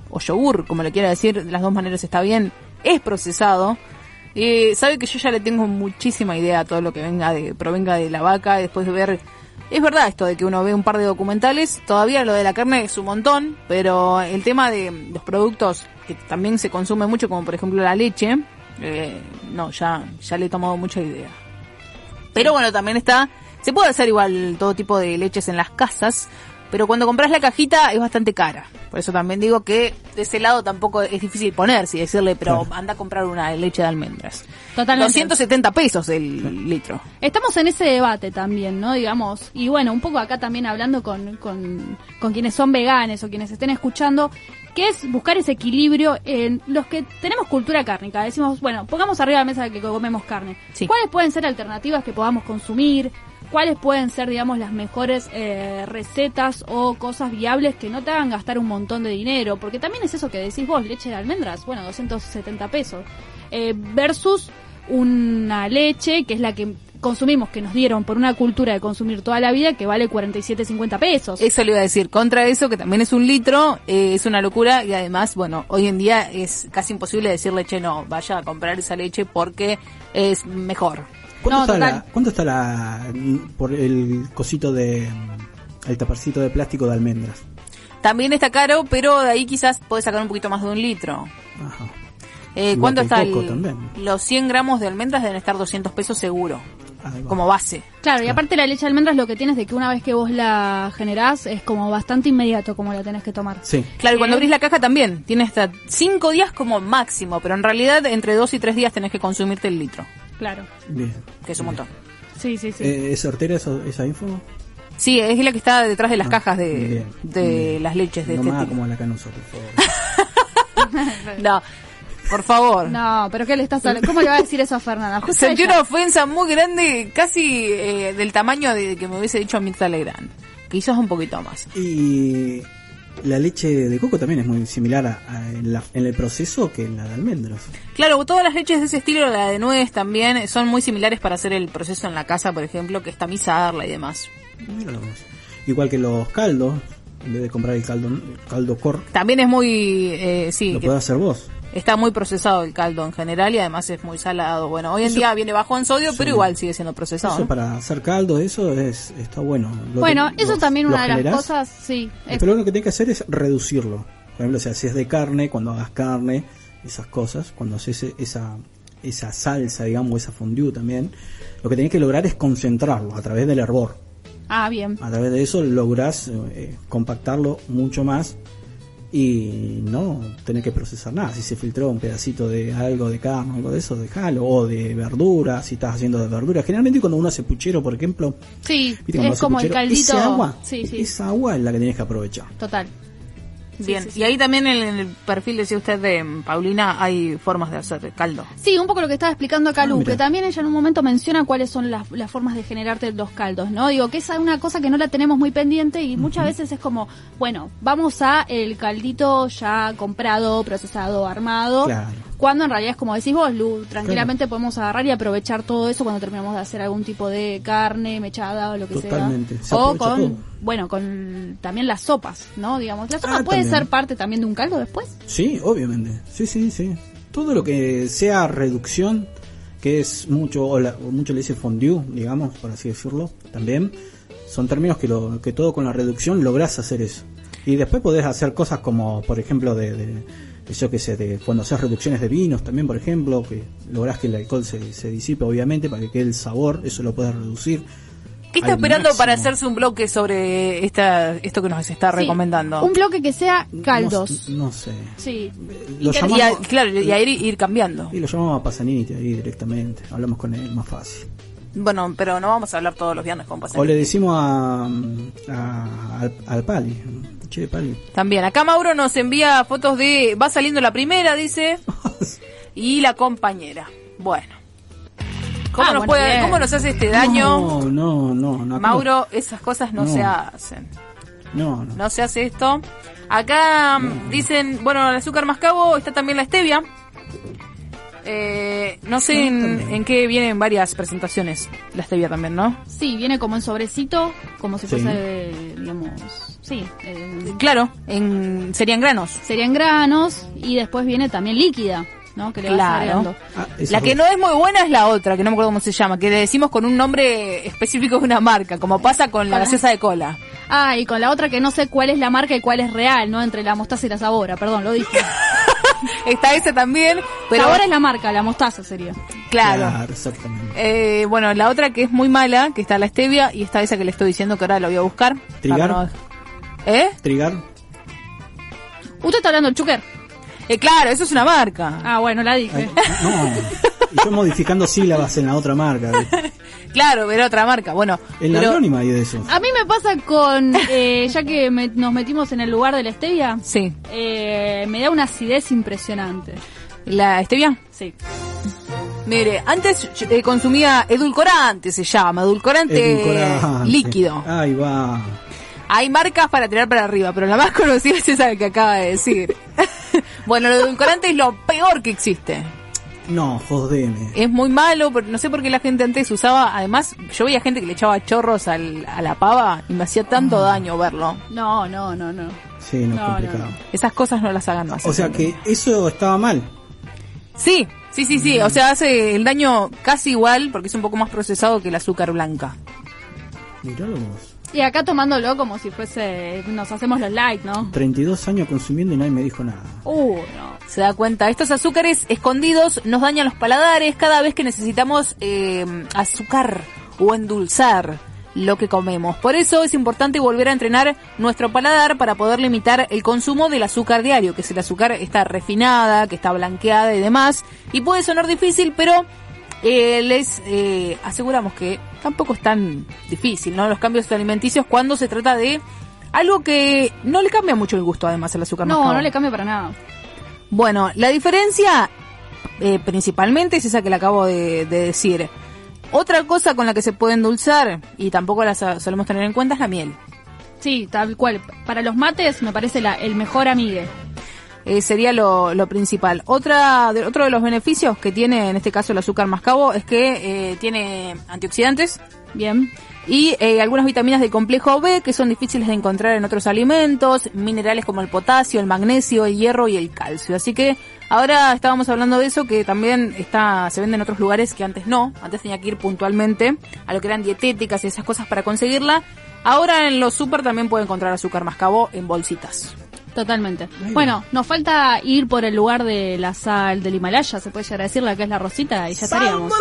o yogur, como le quiera decir, de las dos maneras está bien, es procesado. Eh, sabe que yo ya le tengo muchísima idea a todo lo que venga de, provenga de la vaca, después de ver... Es verdad esto de que uno ve un par de documentales, todavía lo de la carne es un montón, pero el tema de los productos que también se consume mucho, como por ejemplo la leche, eh, no, ya, ya le he tomado mucha idea. Pero bueno, también está. Se puede hacer igual todo tipo de leches en las casas, pero cuando compras la cajita es bastante cara. Por eso también digo que de ese lado tampoco es difícil ponerse y decirle, pero anda a comprar una de leche de almendras. Totalmente. 270 pesos el litro. Estamos en ese debate también, ¿no? Digamos, y bueno, un poco acá también hablando con, con, con quienes son veganes o quienes estén escuchando, que es buscar ese equilibrio en los que tenemos cultura cárnica. Decimos, bueno, pongamos arriba de la mesa que comemos carne. ¿Cuáles pueden ser alternativas que podamos consumir? ¿Cuáles pueden ser, digamos, las mejores eh, recetas o cosas viables que no te hagan gastar un montón de dinero? Porque también es eso que decís vos, leche de almendras, bueno, 270 pesos. Eh, versus una leche, que es la que consumimos, que nos dieron por una cultura de consumir toda la vida, que vale 47, 50 pesos. Eso le iba a decir. Contra eso, que también es un litro, eh, es una locura y además, bueno, hoy en día es casi imposible decirle, che, no, vaya a comprar esa leche porque es mejor. ¿Cuánto, está total. la, ¿Cuánto está la. por el cosito de. el tapercito de plástico de almendras? También está caro, pero de ahí quizás puedes sacar un poquito más de un litro. Ajá. Eh, Igual ¿Cuánto que está el coco el- también. los 100 gramos de almendras? Deben estar 200 pesos seguro, Ahí va. como base. Claro, y aparte la leche de almendras lo que tienes de que una vez que vos la generás es como bastante inmediato como la tenés que tomar. Sí. Claro, y cuando abrís la caja también, tiene hasta 5 días como máximo, pero en realidad entre 2 y 3 días tenés que consumirte el litro, Claro. Bien. que es un montón. Sí, sí, sí. Eh, ¿Es sortera esa, esa info? Ah, Sí, es la que está detrás de las cajas de, bien, de las leches de no este me haga tipo. como la canosa, por favor. No, por favor. No, pero ¿qué le estás hablando? ¿Cómo le va a decir eso a Fernanda? Justo Sentí ella. una ofensa muy grande, casi eh, del tamaño de que me hubiese dicho Mirta Legrand. Quizás un poquito más. Y. la leche de coco también es muy similar a- a- en, la- en el proceso que en la de almendras. Claro, todas las leches de ese estilo, la de nuez también, eh, son muy similares para hacer el proceso en la casa, por ejemplo, que es tamizarla y demás. Mira lo que es. Igual que los caldos, en vez de comprar el caldo, el caldo cor, También es muy, eh, sí, lo que podés hacer vos. está muy procesado el caldo en general y además es muy salado. Bueno, hoy en día viene bajo en sodio, pero igual sigue siendo procesado. Eso ¿no? para hacer caldo, eso es está bueno. Lo que- Bueno, eso lo- también lo una de las generás, cosas, sí. es- Pero lo único que tenés que hacer es reducirlo. Por ejemplo, o sea, si es de carne, cuando hagas carne, esas cosas, cuando haces e- esa, esa salsa, digamos, esa fondue también, lo que tenés que lograr es concentrarlo a través del hervor. Ah, bien. A través de eso lográs eh, compactarlo mucho más y no tener que procesar nada. Si se filtró un pedacito de algo de carne, algo de eso, dejalo. O de verdura, si estás haciendo de verdura. Generalmente cuando uno hace puchero, por ejemplo, Sí, ¿viste cuando es hace como el puchero? caldito. Ese agua, Sí, sí, esa agua es la que tenés que aprovechar. total. Bien, y ahí también en el perfil, decía usted, de mm, Paulina, hay formas de hacer caldo. Sí, un poco lo que estaba explicando acá Ah, Lu, mira. que también ella en un momento menciona cuáles son las, las formas de generarte los caldos, ¿no? Digo, que esa es una cosa que no la tenemos muy pendiente y muchas veces es como, bueno, vamos a el caldito ya comprado, procesado, armado. Claro. Cuando en realidad es como decís vos, Lu, tranquilamente podemos agarrar y aprovechar todo eso cuando terminamos de hacer algún tipo de carne, mechada o lo que Totalmente, sea. se o aprovecha con, todo. bueno, con también las sopas, ¿no? Digamos, la sopa Ah, puede también. ser parte también de un caldo después. Sí, obviamente. Sí, sí, sí. Todo lo que sea reducción, que es mucho, o, la- o mucho le dice fondue, digamos, por así decirlo, también, son términos que, lo, que todo con la reducción lográs hacer eso. Y después podés hacer cosas como, por ejemplo, de, de- de yo qué sé, de cuando haces reducciones de vinos también, por ejemplo, que lográs que el alcohol se, se disipe, obviamente, para que quede el sabor, eso lo puedes reducir. ¿Qué está al esperando para máximo. hacerse un bloque sobre esta, esto que nos está Sí, recomendando? Un bloque que sea caldos. No, no sé. Sí. Lo y, que- llamamos- y a- claro, y a ir, ir cambiando. Y lo llamamos a Pasaniti ahí directamente, hablamos con él, más fácil. Bueno, pero no vamos a hablar todos los viernes con Pasani. O le decimos a, a- al, al Pali. Che, Pali. También, acá Mauro nos envía fotos de, va saliendo la primera, dice, y la compañera. Bueno. ¿Cómo, Ah, nos, bueno, puede- bien. cómo nos hace este daño? No, no, no. no acá- Mauro, esas cosas no, No. se hacen. No, no. No se hace esto. Acá mm, dicen, bueno, el azúcar mascabo está también la stevia. Eh, no sé en, en qué vienen varias presentaciones la stevia también, ¿no? Sí, viene como en sobrecito, como si Sí. fuese, digamos, sí. eh, Claro, en, serían granos. serían granos y después viene también líquida, ¿no? Que le vas agregando. Claro. Ah, La que no es muy buena es la otra, que no me acuerdo cómo se llama, que le decimos con un nombre específico de una marca, como pasa con la Con la- gaseosa de cola. Ah, y con la otra que no sé cuál es la marca y cuál es real, ¿no? Entre la mostaza y la sabora, perdón, lo dije. Está esa también, pero- Sabora es la marca, la mostaza sería. Claro. exactamente. Eh, bueno, la otra que es muy mala, que está la stevia, y está esa que le estoy diciendo que ahora la voy a buscar. Trigar. Para no- ¿Eh? Trigar. Usted está hablando del chuker. Eh, claro, eso es una marca. Ah, bueno, la dije. No. Y yo modificando sílabas en la otra marca. ¿viste? Claro, era otra marca. Bueno, En la pero- anónima hay de eso. A mí me pasa con, eh, ya que me- nos metimos en el lugar de la stevia, eh, sí. me da una acidez impresionante. ¿La stevia? Sí. mire, antes yo, eh, consumía edulcorante, se llama, edulcorante, Edulcorante. líquido. Ahí va. Hay marcas para tirar para arriba, pero la más conocida es esa que acaba de decir. bueno, el edulcorante es lo peor que existe. No, jodeme. Es muy malo, pero no sé por qué la gente antes usaba. Además, yo veía gente que le echaba chorros al- a la pava y me hacía tanto Mm. daño verlo. No, no, no, no. Sí, no, es No, no, complicado. Esas cosas no las hagan más. O sea que eso estaba mal. Sí, sí, sí, sí. Mm. O sea, hace el daño casi igual porque es un poco más procesado que el azúcar blanca. Miralo vos. Y acá tomándolo como si fuese, nos hacemos los likes, ¿no? 32 años consumiendo y nadie me dijo nada. Uh, no. Se da cuenta, estos azúcares escondidos nos dañan los paladares cada vez que necesitamos eh, azúcar o endulzar lo que comemos. Por eso es importante volver a entrenar nuestro paladar para poder limitar el consumo del azúcar diario, que es el azúcar está refinada, que está blanqueada y demás. Y puede sonar difícil, pero eh, les eh, aseguramos que tampoco es tan difícil, ¿no? Los cambios alimenticios cuando se trata de algo que no le cambia mucho el gusto, además, al azúcar No, mascabo. no le cambia para nada. Bueno, la diferencia eh, principalmente es esa que le acabo de, de decir. Otra cosa con la que se puede endulzar y tampoco la sa- solemos tener en cuenta es la miel. Sí, tal cual. Para los mates me parece la, el mejor amigue. eh, sería lo, lo principal. Otra de, otro de los beneficios que tiene en este caso el azúcar mascabo es que eh, tiene antioxidantes. Bien. Y eh, algunas vitaminas del complejo B que son difíciles de encontrar en otros alimentos, minerales como el potasio, el magnesio, el hierro y el calcio. Así que ahora estábamos hablando de eso que también está se vende en otros lugares que antes no. Antes tenía que ir puntualmente a lo que eran dietéticas y esas cosas para conseguirla. Ahora en los super también puede encontrar azúcar mascabo en bolsitas. Totalmente. Bueno, nos falta ir por el lugar de la sal del Himalaya, se puede llegar a decir la que es la rosita y ya estaríamos.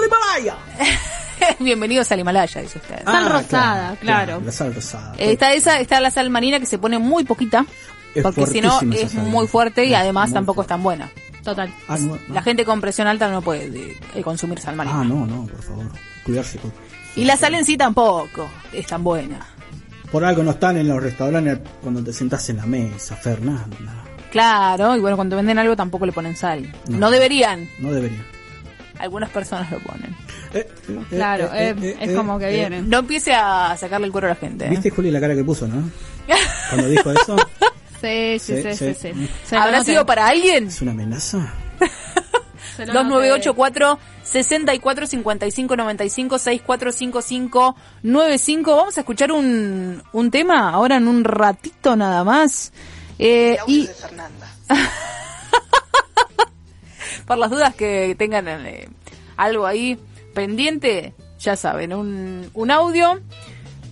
Bienvenidos al Himalaya, dice usted. Sal rosada, claro. Ah, La sal rosada. Eh, Está esa, está la sal marina que se pone muy poquita, Es porque si no fuertísima esa es sal. muy fuerte y además muy tampoco es tan buena. Total. Ah, no, no. La gente con presión alta no puede eh, eh, consumir sal marina. Ah, no, no, por favor. Cuidarse. por- Y la sal en sí tampoco es tan buena. Por algo no están en los restaurantes cuando te sentás en la mesa, Fernanda. Claro, y bueno, cuando venden algo tampoco le ponen sal. No, deberían. No eh, debería. Algunas personas lo ponen. Claro, eh, es como que vienen. No empiece a sacarle el cuero a la gente. ¿eh? ¿Viste, Juli, la cara que puso, no? Cuando dijo eso. Sí, sí, sí, Sí, sí. sí. sí. Se lo ¿Habrá noté. sido para alguien? ¿Es una amenaza? Se lo noté. 2984 64 55 95 6455 95. Vamos a escuchar un, un tema ahora en un ratito nada más. Eh, y por las dudas que tengan eh, algo ahí pendiente, ya saben, un, un audio.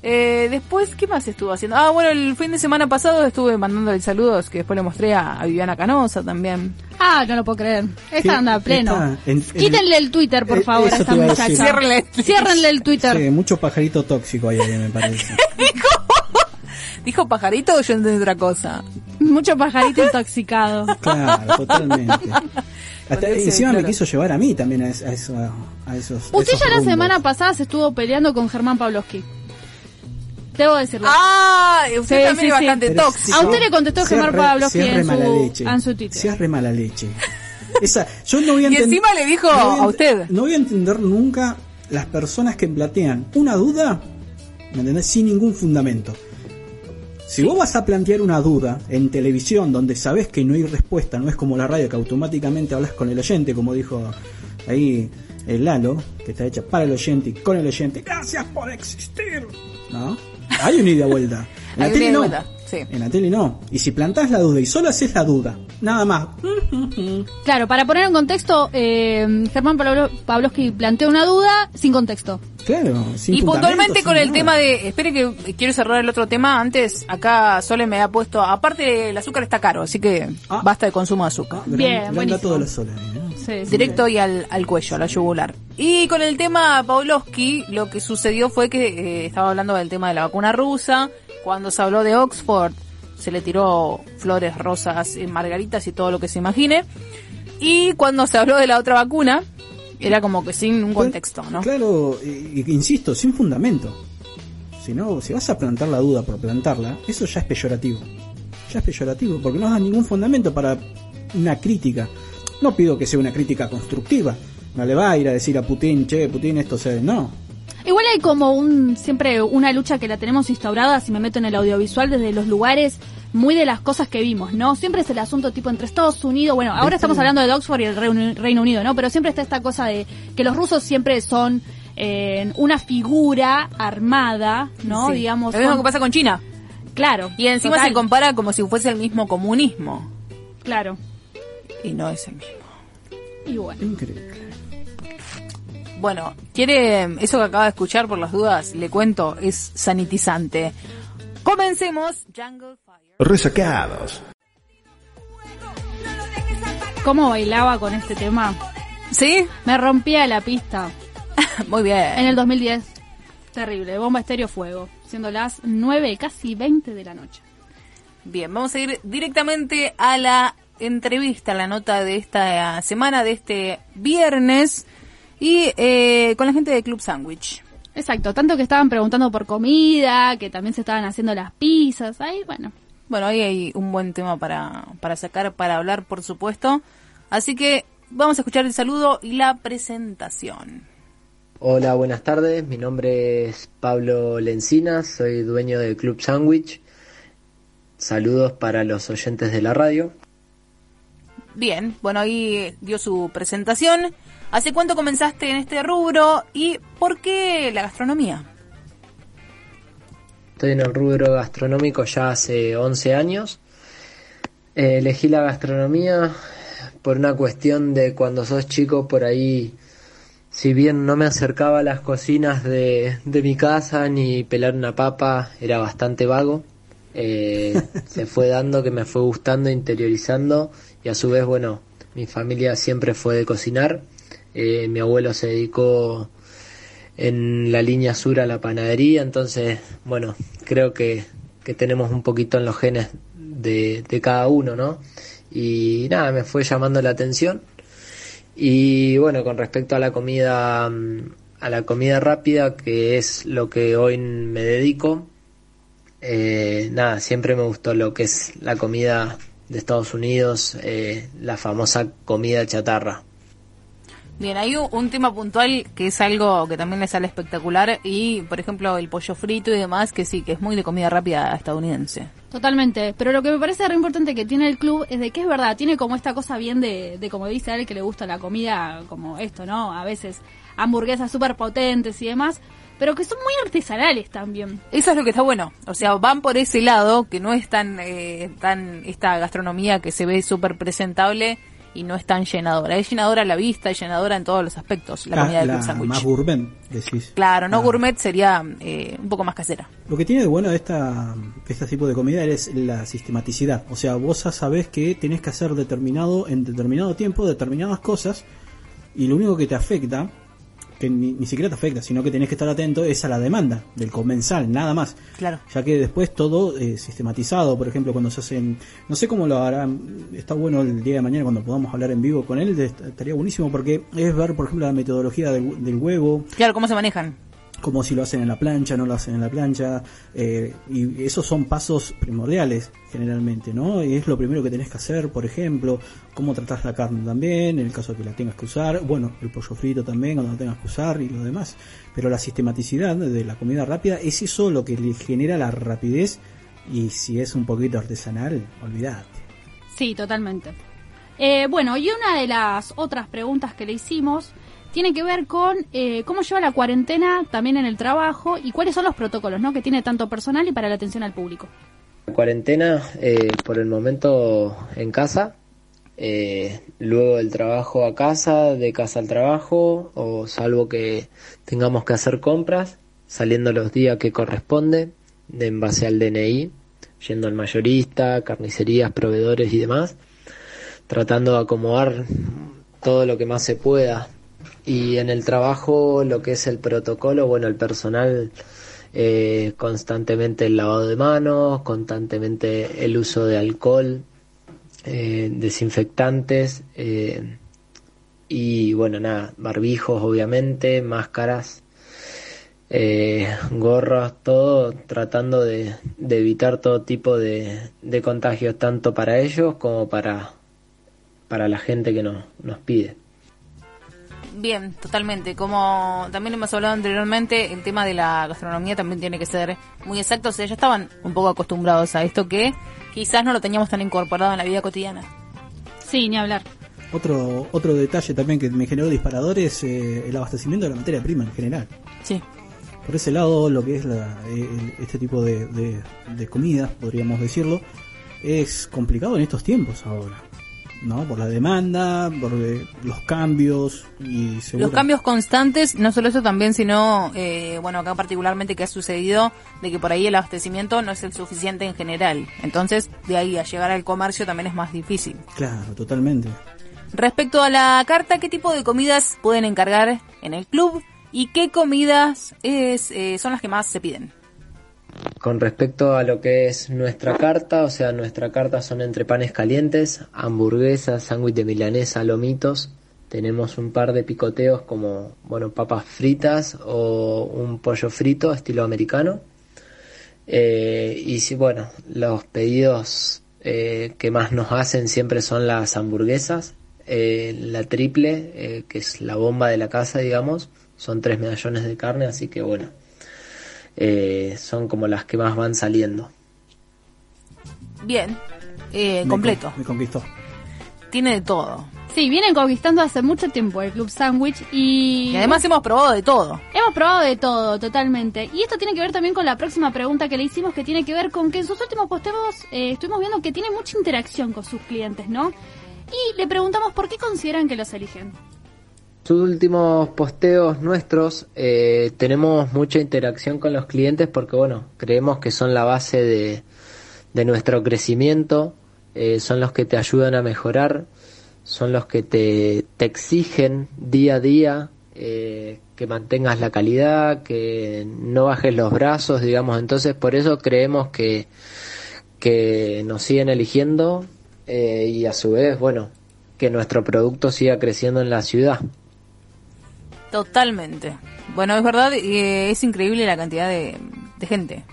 Eh, después, ¿qué más estuvo haciendo? Ah, bueno, el fin de semana pasado estuve mandándole saludos que después le mostré a, a Viviana Canosa también. Ah, no lo puedo creer. Sí, Esta anda pleno. está en- en- Quítenle el Twitter, por Eh, favor, a eso esta te iba a muchacha. decir. Ciérrenle. Ciérrenle el Twitter. Sí, mucho pajarito tóxico ahí, ahí, me parece. ¿Dijo pajarito o yo entendí otra cosa? Mucho pajarito intoxicado. Claro, totalmente. Hasta, Parece, encima claro. me quiso llevar a mí también a, es- a eso- a esos. Usted esos ya la rumbos. semana pasada se estuvo peleando con Germán Pavlovsky. Debo decirlo. Ah, usted Sí, también es sí, sí. bastante Pero tóxico. A usted le contestó Si es Germán re- Pavlovsky si es re en mala su, leche. en su Twitter. Si es re mala leche. Esa, yo no voy a Y enten- encima le dijo no voy a ent- usted. No voy a entender nunca las personas que plantean una duda, ¿me entendés? Sin ningún fundamento. Si vos vas a plantear una duda en televisión donde sabés que no hay respuesta, no es como la radio que automáticamente hablas con el oyente, como dijo ahí el Lalo, que está hecha para el oyente y con el oyente, gracias por existir. ¿No? Hay una ida vuelta. En la Hay una tele ida y no. vuelta, sí. En la tele no. Y si plantás la duda y solo haces la duda, nada más. Mm. Claro, para poner en contexto, eh, Germán Pablo- Pavlovsky planteó una duda sin contexto. Claro, sin y fundamento, puntualmente sin con el nada. tema de. Espere que quiero cerrar el otro tema. Antes, acá Sole me ha puesto. Aparte, el azúcar está caro, así que Ah. basta de consumo de azúcar. Gran- Bien, gran buenísimo. dato de los solares, ¿no? Sí, sí. Directo y al, al cuello, a la yugular. Y con el tema Pavlovsky, lo que sucedió fue que eh, estaba hablando del tema de la vacuna rusa. Cuando se habló de Oxford, se le tiró flores, rosas, eh, margaritas y todo lo que se imagine. Y cuando se habló de la otra vacuna, era como que sin un contexto, ¿no? Pues, Claro, y- y- insisto, sin fundamento. Si no, si vas a plantar la duda por plantarla, eso ya es peyorativo. Ya es peyorativo, porque no das ningún fundamento para una crítica. No pido que sea una crítica constructiva. No le va a ir a decir a Putin, che, Putin, esto se... No. Igual hay como un siempre una lucha que la tenemos instaurada, si me meto en el audiovisual, desde los lugares muy de las cosas que vimos, ¿no? Siempre es el asunto tipo entre Estados Unidos, bueno, ahora Este estamos hablando de Oxford y el Reino, Reino Unido, ¿no? Pero siempre está esta cosa de que los rusos siempre son eh, una figura armada, ¿no? Sí. Digamos. Lo mismo son- que pasa con China. Claro. Y encima total, se compara como si fuese el mismo comunismo. Claro. Y no es el mismo. Y bueno. Increíble. Bueno, quiere em, eso que acaba de escuchar por las dudas, le cuento, es sanitizante. Comencemos. Jungle Fire. Resacados. ¿Cómo bailaba con este tema? ¿Sí? Me rompía la pista. Muy bien. En el 2010. Terrible. Bomba estéreo fuego. Siendo las 9, casi 20 de la noche. Bien, vamos a ir directamente a la entrevista, a la nota de esta semana, de este viernes, y eh, con la gente de Club Sandwich. Exacto. Tanto que estaban preguntando por comida, que también se estaban haciendo las pizzas. Ahí, bueno. Bueno, ahí hay un buen tema para, para sacar, para hablar, por supuesto. Así que vamos a escuchar el saludo y la presentación. Hola, buenas tardes. Mi nombre es Pablo Lencinas, soy dueño del Club Sandwich. Saludos para los oyentes de la radio. Bien, bueno, ahí dio su presentación. ¿Hace cuánto comenzaste en este rubro y por qué la gastronomía? Estoy en el rubro gastronómico ya hace 11 años. Eh, elegí la gastronomía por una cuestión de cuando sos chico por ahí, si bien no me acercaba a las cocinas de, de mi casa ni pelar una papa, era bastante vago. Eh, se fue dando que me fue gustando, interiorizando y a su vez, bueno, mi familia siempre fue de cocinar. Eh, mi abuelo se dedicó en la línea sur a la panadería, entonces, bueno, creo que, que tenemos un poquito en los genes de, de cada uno, ¿no? Y nada, me fue llamando la atención. Y bueno, con respecto a la comida, mm, a la comida rápida, que es lo que hoy me dedico, eh, nada, siempre me gustó lo que es la comida de Estados Unidos, eh, la famosa comida chatarra. Bien, hay u- un tema puntual que es algo que también le sale espectacular y, por ejemplo, el pollo frito y demás, que sí, que es muy de comida rápida estadounidense. Totalmente, pero lo que me parece re importante que tiene el club es de que es verdad, tiene como esta cosa bien de, de como dice él, que le gusta la comida como esto, ¿no? A veces hamburguesas súper potentes y demás, pero que son muy artesanales también. Eso es lo que está bueno. O sea, van por ese lado, que no es tan, eh, tan esta gastronomía que se ve súper presentable y no es tan llenadora. Es llenadora a la vista, es llenadora en todos los aspectos, la Ah, comida del la club sándwich. más Ah. gourmet, decís. Claro, no gourmet sería eh, un poco más casera. Lo que tiene de bueno esta, este tipo de comida es la sistematicidad. O sea, vos ya sabés que tenés que hacer determinado, en determinado tiempo, determinadas cosas, y lo único que te afecta, que ni, ni siquiera te afecta, sino que tenés que estar atento, es a la demanda del comensal, nada más. Claro. Ya que después todo eh, sistematizado, por ejemplo, cuando se hacen, no sé cómo lo harán, está bueno el día de mañana cuando podamos hablar en vivo con él, est- estaría buenísimo porque es ver, por ejemplo, la metodología del- del huevo, Claro, ¿cómo se manejan? como si lo hacen en la plancha, no lo hacen en la plancha, eh, y esos son pasos primordiales generalmente, ¿no? Y es lo primero que tenés que hacer, por ejemplo, cómo tratás la carne también, en el caso de que la tengas que usar, bueno, el pollo frito también, cuando lo tengas que usar y lo demás, pero la sistematicidad de la comida rápida es eso lo que le genera la rapidez y si es un poquito artesanal, olvidate. Sí, totalmente. Eh, bueno, y una de las otras preguntas que le hicimos tiene que ver con eh, cómo lleva la cuarentena también en el trabajo y cuáles son los protocolos ¿no? que tiene tanto personal y para la atención al público. La cuarentena eh, por el momento en casa, eh, luego del trabajo a casa, de casa al trabajo, o salvo que tengamos que hacer compras, saliendo los días que corresponde, de en base al DNI, yendo al mayorista, carnicerías, proveedores y demás, tratando de acomodar todo lo que más se pueda. Y en el trabajo, lo que es el protocolo, bueno, el personal eh, constantemente el lavado de manos, constantemente el uso de alcohol, eh, desinfectantes eh, y bueno, nada, barbijos obviamente, máscaras, eh, gorras, todo tratando de, de evitar todo tipo de, de contagios tanto para ellos como para, para la gente que nos, nos pide. Bien, totalmente. Como también hemos hablado anteriormente, el tema de la gastronomía también tiene que ser muy exacto. O sea, ya estaban un poco acostumbrados a esto que quizás no lo teníamos tan incorporado en la vida cotidiana. Sí, ni hablar. Otro, otro detalle también que me generó disparadores, eh, el abastecimiento de la materia prima en general. Sí. Por ese lado, lo que es la- el- este tipo de, de, de comidas, podríamos decirlo, es complicado en estos tiempos ahora. ¿No? Por la demanda, por eh, los cambios y seguro. Los cambios constantes, no solo eso también, sino, eh, bueno, acá particularmente que ha sucedido de que por ahí el abastecimiento no es el suficiente en general. Entonces, de ahí a llegar al comercio también es más difícil. Claro, totalmente. Respecto a la carta, ¿qué tipo de comidas pueden encargar en el club? ¿Y qué comidas es, eh, son las que más se piden? Con respecto a lo que es nuestra carta, o sea, nuestra carta son entre panes calientes, hamburguesas, sándwich de milanesa, lomitos. Tenemos un par de picoteos como, bueno, papas fritas o un pollo frito estilo americano. Eh, y sí, bueno, los pedidos eh, que más nos hacen siempre son las hamburguesas, eh, la triple, eh, que es la bomba de la casa, digamos. Son tres medallones de carne, así que bueno, eh, son como las que más van saliendo. Bien. Eh, Me completo. con- Me conquistó. Tiene de todo. Sí, vienen conquistando hace mucho tiempo el Club Sandwich y... Y además hemos probado de todo. Hemos probado de todo, totalmente. Y esto tiene que ver también con la próxima pregunta que le hicimos, que tiene que ver con que en sus últimos posteos eh, estuvimos viendo que tiene mucha interacción con sus clientes, ¿no? Y le preguntamos por qué consideran que los eligen. Sus últimos posteos nuestros eh, tenemos mucha interacción con los clientes porque, bueno, creemos que son la base de, de nuestro crecimiento, eh, son los que te ayudan a mejorar, son los que te, te exigen día a día eh, que mantengas la calidad, que no bajes los brazos, digamos. Entonces, por eso creemos que, que nos siguen eligiendo eh, y a su vez, bueno, que nuestro producto siga creciendo en la ciudad. Totalmente. Bueno, es verdad, eh, es increíble la cantidad de, de gente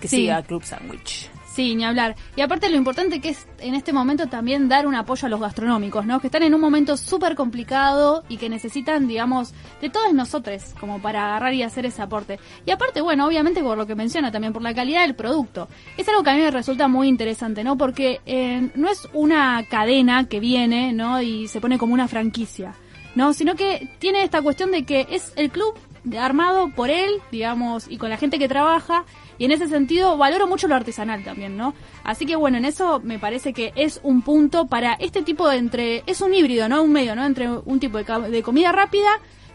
que Sí. sigue a Club Sandwich. Sí, ni hablar. Y aparte lo importante que es en este momento también dar un apoyo a los gastronómicos, ¿no? Que están en un momento súper complicado y que necesitan, digamos, de todos nosotros como para agarrar y hacer ese aporte. Y aparte, bueno, obviamente por lo que menciona también, por la calidad del producto. Es algo que a mí me resulta muy interesante, ¿no? Porque eh, no es una cadena que viene, ¿no? Y se pone como una franquicia, ¿no? Sino que tiene esta cuestión de que es el club armado por él, digamos, y con la gente que trabaja, y en ese sentido valoro mucho lo artesanal también, ¿no? Así que bueno, en eso me parece que es un punto para este tipo de entre... Es un híbrido, ¿no? Un medio, ¿no? Entre un tipo de, ca- de comida rápida,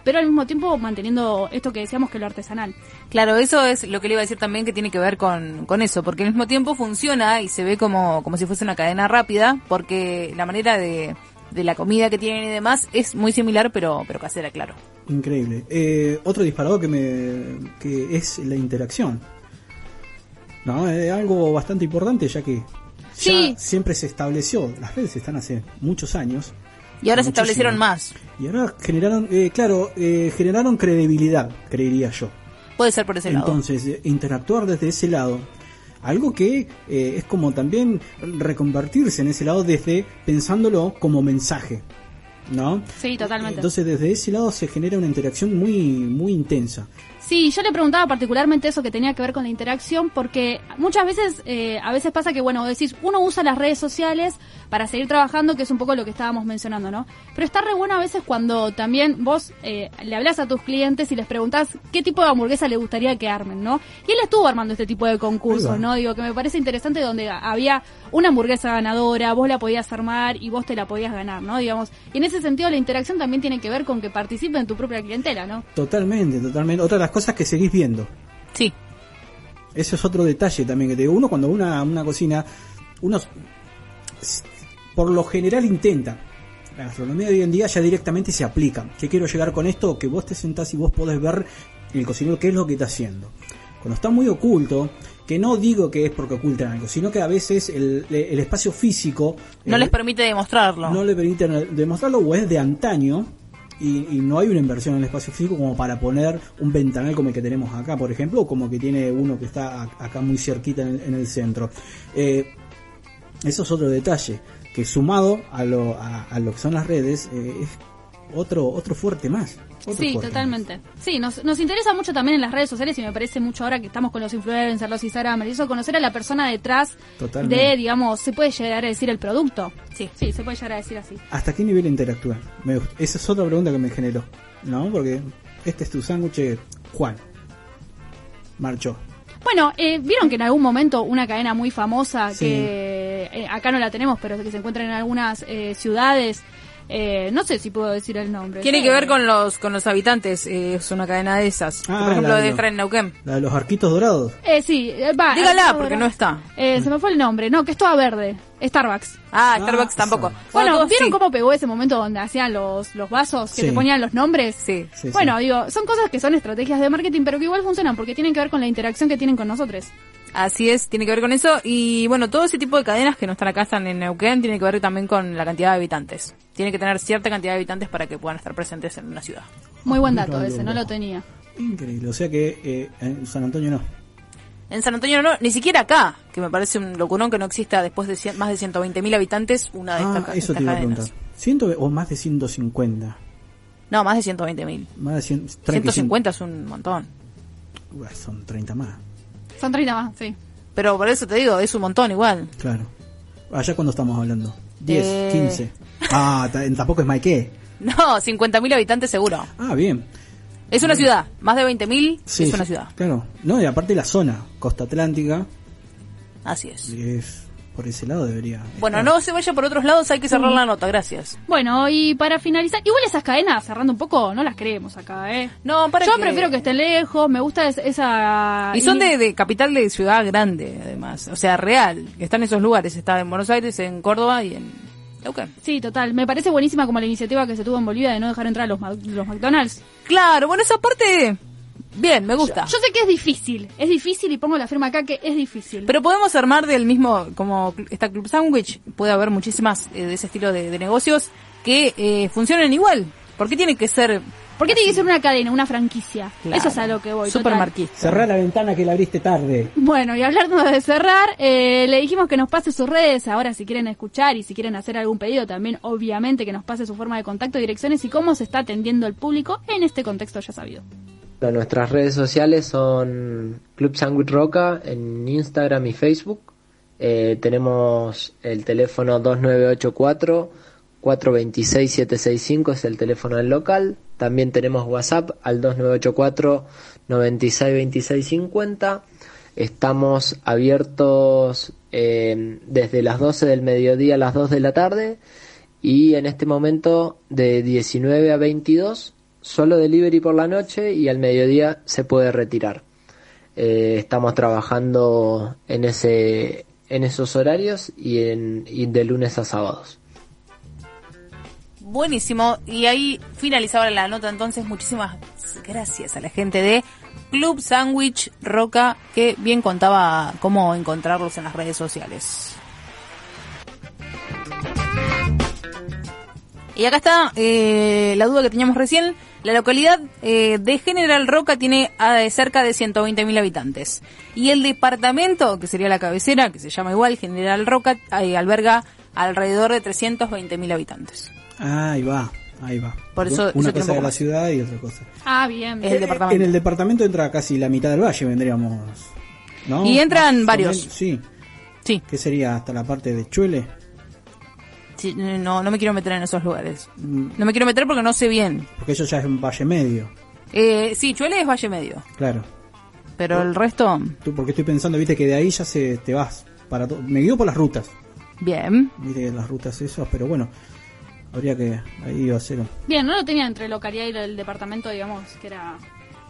pero al mismo tiempo manteniendo esto que decíamos que lo artesanal. Claro, eso es lo que le iba a decir también que tiene que ver con, con eso, porque al mismo tiempo funciona y se ve como, como si fuese una cadena rápida, porque la manera de, de la comida que tienen y demás es muy similar, pero, pero casera, claro. Increíble. Eh, otro disparador que me que es la interacción. No, es algo bastante importante ya que Sí. ya siempre se estableció. Las redes están hace muchos años Y ahora se Muchísimo. establecieron más. y ahora generaron, eh, claro, eh, generaron credibilidad, creería yo. Puede ser por ese lado. Entonces, eh, interactuar desde ese lado. Algo que eh, es como también reconvertirse en ese lado desde pensándolo como mensaje. ¿No? Sí, totalmente. Entonces desde ese lado se genera una interacción muy, muy intensa. Sí, yo le preguntaba particularmente eso que tenía que ver con la interacción, porque muchas veces, eh, a veces pasa que, bueno, decís, uno usa las redes sociales para seguir trabajando, que es un poco lo que estábamos mencionando, ¿no? Pero está re bueno a veces cuando también vos eh, le hablas a tus clientes y les preguntás qué tipo de hamburguesa le gustaría que armen, ¿no? Y él estuvo armando este tipo de Ahí concursos, va. ¿no? Digo, que me parece interesante donde había una hamburguesa ganadora, vos la podías armar y vos te la podías ganar, ¿no? Digamos, y en ese sentido la interacción también tiene que ver con que participen tu propia clientela, ¿no? Totalmente, totalmente. Otra de las cosas que seguís viendo. Sí. Ese es otro detalle también que te digo. Uno cuando va a una, una cocina, uno s- por lo general intenta. La gastronomía de hoy en día ya directamente se aplica. ¿Qué quiero llegar con esto? Que vos te sentás y vos podés ver el cocinero qué es lo que está haciendo. Cuando está muy oculto, que no digo que es porque ocultan algo, sino que a veces el, el espacio físico No eh, les permite demostrarlo. no le permiten demostrarlo o es de antaño y, y no hay una inversión en el espacio físico como para poner un ventanal como el que tenemos acá, por ejemplo, o como que tiene uno que está a- acá muy cerquita en el, en el centro. Eh, eso es otro detalle que sumado a lo, a, a lo que son las redes eh, es otro, otro fuerte más. Otro Sí, fuerte. totalmente. Sí, nos, nos interesa mucho también en las redes sociales y me parece mucho ahora que estamos con los influencers, los Instagramers, y eso conocer a la persona detrás Totalmente. de, digamos, se puede llegar a decir el producto. Sí. Sí, se puede llegar a decir así. ¿Hasta qué nivel interactúan? Me gust- Esa es otra pregunta que me generó. ¿No? Porque este es tu sándwich, Juan. Marchó. Bueno, eh, vieron que en algún momento una cadena muy famosa Sí. que eh, acá no la tenemos, pero que se encuentra en algunas eh, ciudades, eh, no sé si puedo decir el nombre. Tiene Sí. que ver con los con los habitantes, eh, es una cadena de esas. Que, Ah, por ejemplo, la- debe la- estar en Neuquén. La de los arquitos dorados. Eh, sí, eh, va. Dígala, ahora- porque no está. Eh, se me fue el nombre, no, que es toda verde. Starbucks. Ah, Starbucks tampoco. Bueno, todos ¿vieron sí. cómo pegó ese momento donde hacían los, los vasos que Sí. te ponían los nombres? Sí. Sí, Bueno, digo, son cosas que son estrategias de marketing, pero que igual funcionan porque tienen que ver con la interacción que tienen con nosotros. Así es, tiene que ver con eso. Y bueno, todo ese tipo de cadenas que no están acá, están en Neuquén, tiene que ver también con la cantidad de habitantes. Tiene que tener cierta cantidad de habitantes para que puedan estar presentes en una ciudad. Muy buen dato Míralo. ese, no lo tenía. Increíble, o sea que eh, en San Antonio no. En San Antonio no, ni siquiera acá, que me parece un locurón que no exista después de cien- más de 120.000 habitantes una de Ah, estas, eso estas te iba a cadenas. preguntar. ¿Ciento o más de 150? No, más de 120.000. Más de 100, 35. 150 es un montón. Uah, son 30 más. Son 30 más, sí. Pero por eso te digo, es un montón igual. Claro. ¿Allá cuándo estamos hablando? 10, Eh. 15. Ah, ta- tampoco es Maiqué. No, 50.000 habitantes seguro. Ah, bien. Es una ciudad. Más de 20.000 Sí, es una sí, ciudad. Claro. No, y aparte la zona, costa atlántica, Así es. es por ese lado debería. Bueno, no se vaya por otros lados, hay que cerrar la nota, gracias. Bueno, y para finalizar, igual esas cadenas, cerrando un poco, no las creemos acá, ¿eh? No, para Yo qué. prefiero que estén lejos, me gusta es- esa... Y son de, de capital de ciudad grande, además. O sea, real. que Están en esos lugares. Está en Buenos Aires, en Córdoba y en Neuquén. Sí, total. Me parece buenísima como la iniciativa que se tuvo en Bolivia de no dejar entrar a los, Ma- los McDonald's. Claro, bueno, esa parte... Bien, me gusta. Yo sé que es difícil, es difícil y pongo la firma acá que es difícil. Pero podemos armar del mismo, como cl- está Club Sandwich, puede haber muchísimas eh, de ese estilo de, de negocios que eh, funcionen igual. ¿Por qué tiene que ser ¿Por qué tiene que ser una cadena, una franquicia? Claro. Eso es a lo que voy. Súper total. marquista. Cerrá la ventana que la abriste tarde. Bueno, y hablando de cerrar, eh, le dijimos que nos pase sus redes. Ahora, si quieren escuchar y si quieren hacer algún pedido, también obviamente que nos pase su forma de contacto, direcciones y cómo se está atendiendo el público en este contexto ya sabido. Bueno, nuestras redes sociales son Club Sandwich Roca en Instagram y Facebook. Eh, tenemos el teléfono 2984 426 765 es el teléfono del local. También tenemos WhatsApp al 2984 96 26 50. Estamos abiertos eh, desde las 12 del mediodía a las 2 de la tarde y en este momento de 19 a 22 solo delivery por la noche y al mediodía se puede retirar. Eh, estamos trabajando en ese en esos horarios y, en, y de lunes a sábados. buenísimo? Y ahí finalizaba la nota. Entonces, muchísimas gracias a la gente de Club Sandwich Roca que bien contaba cómo encontrarlos en las redes sociales. Y acá está eh, la duda que teníamos recién. La localidad eh, de General Roca tiene eh, cerca de 120.000 habitantes. Y el departamento, que sería la cabecera, que se llama igual General Roca, eh, alberga alrededor de 320.000 habitantes. Ah, ahí va, ahí va. Por eso- eso Una tiene un cosa poco de la más. ciudad y otra cosa. Ah, bien. Es el departamento. En el departamento entra casi la mitad del valle, vendríamos. ¿no? Y entran Más o varios. menos, Sí. Sí. ¿Qué sería hasta la parte de Chuele? Sí, no, no me quiero meter en esos lugares. No me quiero meter porque no sé bien. Porque eso ya es un valle medio, Eh, sí, Chuele es Valle Medio, claro. pero el resto, Tú, porque estoy pensando, viste, que de ahí ya se te vas. para to- Me guío por las rutas. bien. Viste las rutas esas, pero bueno. Habría que ahí hacer un- Bien, no lo tenía entre localidad y el departamento, digamos, que era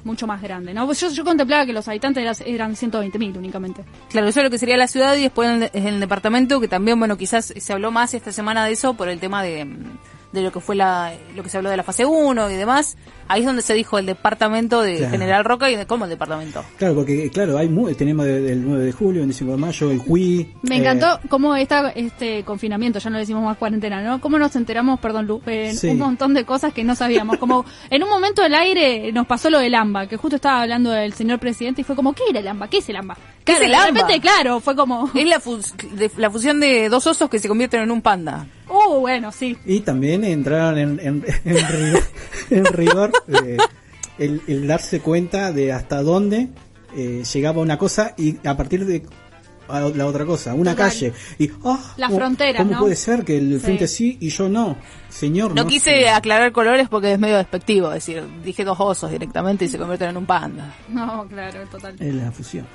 mucho más grande, ¿no? Pues Yo, yo contemplaba que los habitantes eras- eran 120.000 únicamente. Claro, eso es lo que sería la ciudad y después el, el departamento, que también, bueno, quizás se habló más esta semana de eso por el tema de, mm, de lo que fue la, lo que se habló de la fase 1 y demás. Ahí es donde se dijo el departamento de Claro. General Roca y de cómo el departamento. Claro, porque claro, hay mu- tenemos de- del 9 de julio, 25 de mayo, el Hui. Me eh, encantó cómo está este confinamiento, ya no le decimos más cuarentena, ¿no? Cómo nos enteramos, perdón, Lu, en Sí. un montón de cosas que no sabíamos. Como en un momento el aire nos pasó lo del AMBA, que justo estaba hablando del señor presidente y fue como, ¿qué era el AMBA? ¿Qué es el AMBA? ¿Qué Claro, es el el AMBA? AMBA. De repente, claro, fue como, Es la, fus- de- la fusión de dos osos que se convierten en un panda. uh, bueno, sí. Y también entraron en, en- en rigor, en rigor, eh, el, el darse cuenta de hasta dónde eh, llegaba una cosa y a partir de a la otra cosa, una Total. calle. Y, ah, La ¿cómo- frontera, ¿Cómo ¿no? puede ser que el Sí. frente sí y yo no? Señor, No quise sé. aclarar colores porque es medio despectivo, es decir, dije dos osos directamente y se convierten en un panda. No, claro, total. Es la fusión.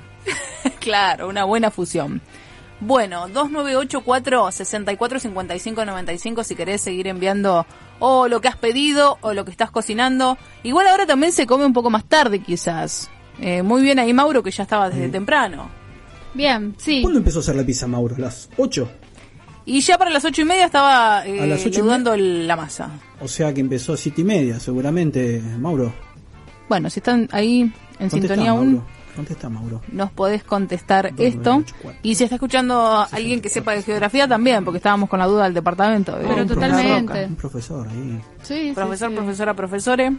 Claro, una buena fusión. Bueno, 2984-645595 si querés seguir enviando o lo que has pedido o lo que estás cocinando. Igual ahora también se come un poco más tarde quizás. Eh, muy bien ahí Mauro que ya estaba desde temprano. Bien, sí. ¿Cuándo empezó a hacer la pizza, Mauro? ¿Las 8? Y ya para las ocho y media estaba eh, A las ocho y leudando el- la masa. O sea que empezó a 7 y media, seguramente, Mauro. Bueno, si están ahí en Contestá, sintonía aún... Mauro. Contestá, Mauro. nos podés contestar esto. Y si está escuchando alguien que sepa de geografía también, porque estábamos con la duda del departamento. de- Pero de la totalmente. Roca. Un profesor ahí. Sí, sí, Profesor, sí. profesora, profesores.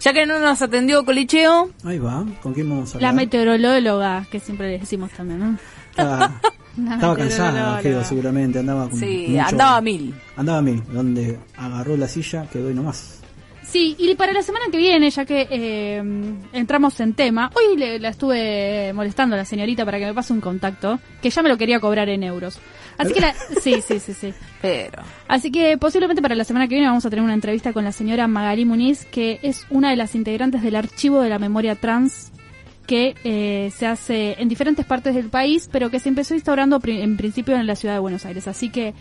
Ya que no nos atendió Colicheo, Ahí va. ¿Con quién vamos a La hablar? meteoróloga, que siempre le decimos también, ¿no? Ah, La estaba meteoróloga. cansada, creo, seguramente. Andaba con sí, mucho- andaba a mil. Andaba a mil. Donde agarró la silla, quedó y nomás. Sí, y para la semana que viene, ya que eh, entramos en tema, hoy le- la estuve molestando a la señorita para que me pase un contacto, que ya me lo quería cobrar en euros. Así que la- sí, sí, sí, sí. Pero. Así que posiblemente para la semana que viene vamos a tener una entrevista con la señora Magalí Muniz, que es una de las integrantes del archivo de la memoria trans que eh, se hace en diferentes partes del país, pero que se empezó instaurando pri- en principio en la ciudad de Buenos Aires. Así que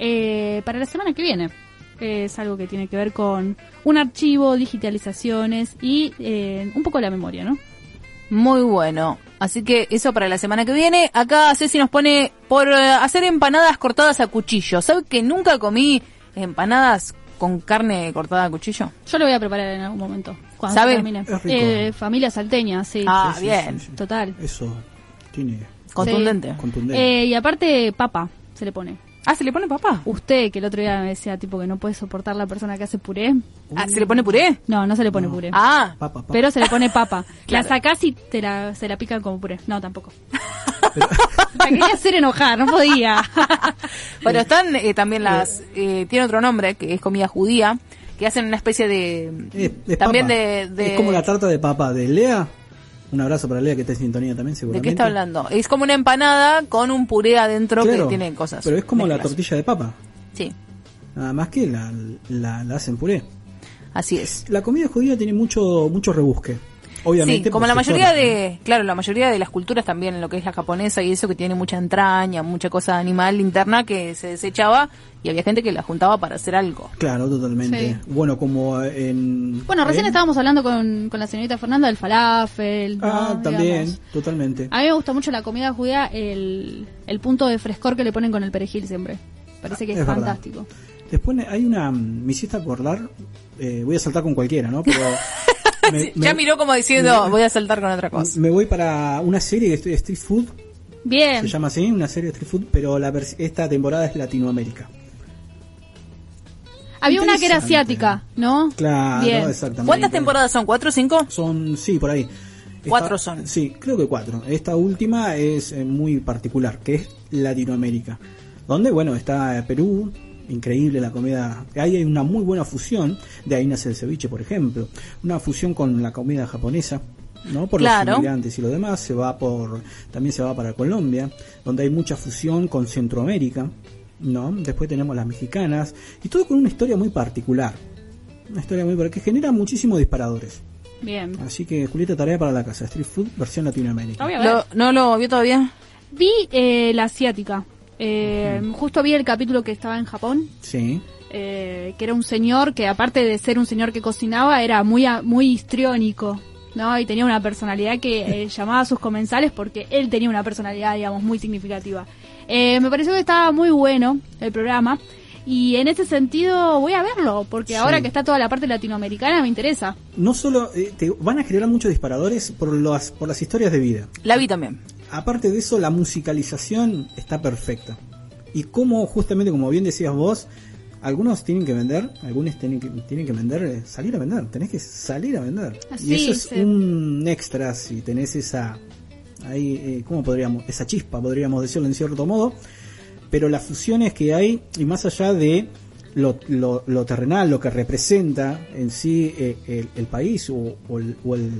eh, para la semana que viene eh, es algo que tiene que ver con un archivo, digitalizaciones y eh, un poco la memoria, ¿no? Muy bueno. Así que eso para la semana que viene. Acá Ceci nos pone por eh, hacer empanadas cortadas a cuchillo. ¿Sabe que nunca comí empanadas con carne cortada a cuchillo? Yo lo voy a preparar en algún momento. Cuando ¿Sabe? termine. Es rico. Eh, familia salteña, sí. Ah, Sí, sí, bien. sí, Total. Eso tiene. Contundente. Sí. Contundente. Eh, y aparte, papa se le pone. Ah, ¿se le pone papa? Usted, que el otro día me decía, tipo, que no puede soportar la persona que hace puré. Ah, ¿se le pone puré? No, no se le pone puré. Ah. Pero se le pone papa. La Claro. sacás y te la, se la pican como puré. No, tampoco. La quería hacer enojar, no podía. Bueno, están eh, también las... Eh, tiene otro nombre, que es comida judía, que hacen una especie de... Es también papa. de... de- Es como la tarta de papa de Lea. Un abrazo para Lea que está en sintonía también, ¿De seguramente. qué está hablando? Es como una empanada con un puré adentro Claro, que tiene cosas. Pero es como la mezclas. tortilla de papa. Sí. Nada más que la, la, la hacen puré. Así es. La comida judía tiene mucho, mucho rebusque. Obviamente. Sí, como por la sectores. mayoría de, claro, la mayoría de las culturas también, en lo que es la japonesa y eso que tiene mucha entraña, mucha cosa animal interna que se desechaba y había gente que la juntaba para hacer algo. Claro, totalmente. Sí. Bueno, como en. Bueno, recién en- estábamos hablando con, con la señorita Fernanda del falafel. ¿no? Ah, también, Digamos. totalmente. Ah. A mí me gusta mucho la comida judía, el, el punto de frescor que le ponen con el perejil siempre. Parece que es, Es verdad. fantástico. Después hay una. Me hiciste acordar. eh, voy a saltar con cualquiera, ¿no? Pero. me- ya me- miró como diciendo, voy a saltar con otra cosa. Me voy para una serie de street food Bien. Se llama así, una serie de street food, pero la vers- esta temporada es Latinoamérica. Había una que era asiática, ¿no? Claro, Bien. exactamente. ¿Cuántas temporadas son? ¿Cuatro o cinco? Son, sí, por ahí. Cuatro son. Sí, creo que cuatro. Esta última es eh, muy particular, que es Latinoamérica. Donde, bueno, está eh, Perú, increíble la comida. Ahí hay una muy buena fusión, de ahí nace el ceviche, por ejemplo. Una fusión con la comida japonesa. ¿no? por Claro. los inmigrantes y lo demás se va por también se va para Colombia donde hay mucha fusión con Centroamérica no después tenemos las mexicanas y todo con una historia muy particular una historia muy particular que genera muchísimos disparadores Bien. Así que Julieta, tarea para la casa. Street Food versión Latinoamérica. Lo- ¿No lo vio todavía? Vi eh, la asiática. Eh, Justo vi el capítulo que estaba en Japón, Sí. eh, que era un señor que aparte de ser un señor que cocinaba, era muy, a- muy histriónico. ¿no? Y tenía una personalidad que eh, llamaba a sus comensales porque él tenía una personalidad, digamos, muy significativa. Eh, me pareció que estaba muy bueno el programa y en ese sentido voy a verlo porque Sí. ahora que está toda la parte latinoamericana me interesa. No solo eh, te van a generar muchos disparadores por las, por las historias de vida. La vi también. Aparte de eso, la musicalización está perfecta. Y como justamente, como bien decías vos, algunos tienen que vender, algunos tienen que, tienen que vender, eh, salir a vender, tenés que salir a vender. Así y eso es se- un extra si tenés esa, ahí, eh, ¿cómo podríamos? Esa chispa, podríamos decirlo en cierto modo. Pero las fusiones que hay, y más allá de lo, lo- lo terrenal, lo que representa en sí eh, el, el país o, o el- o el-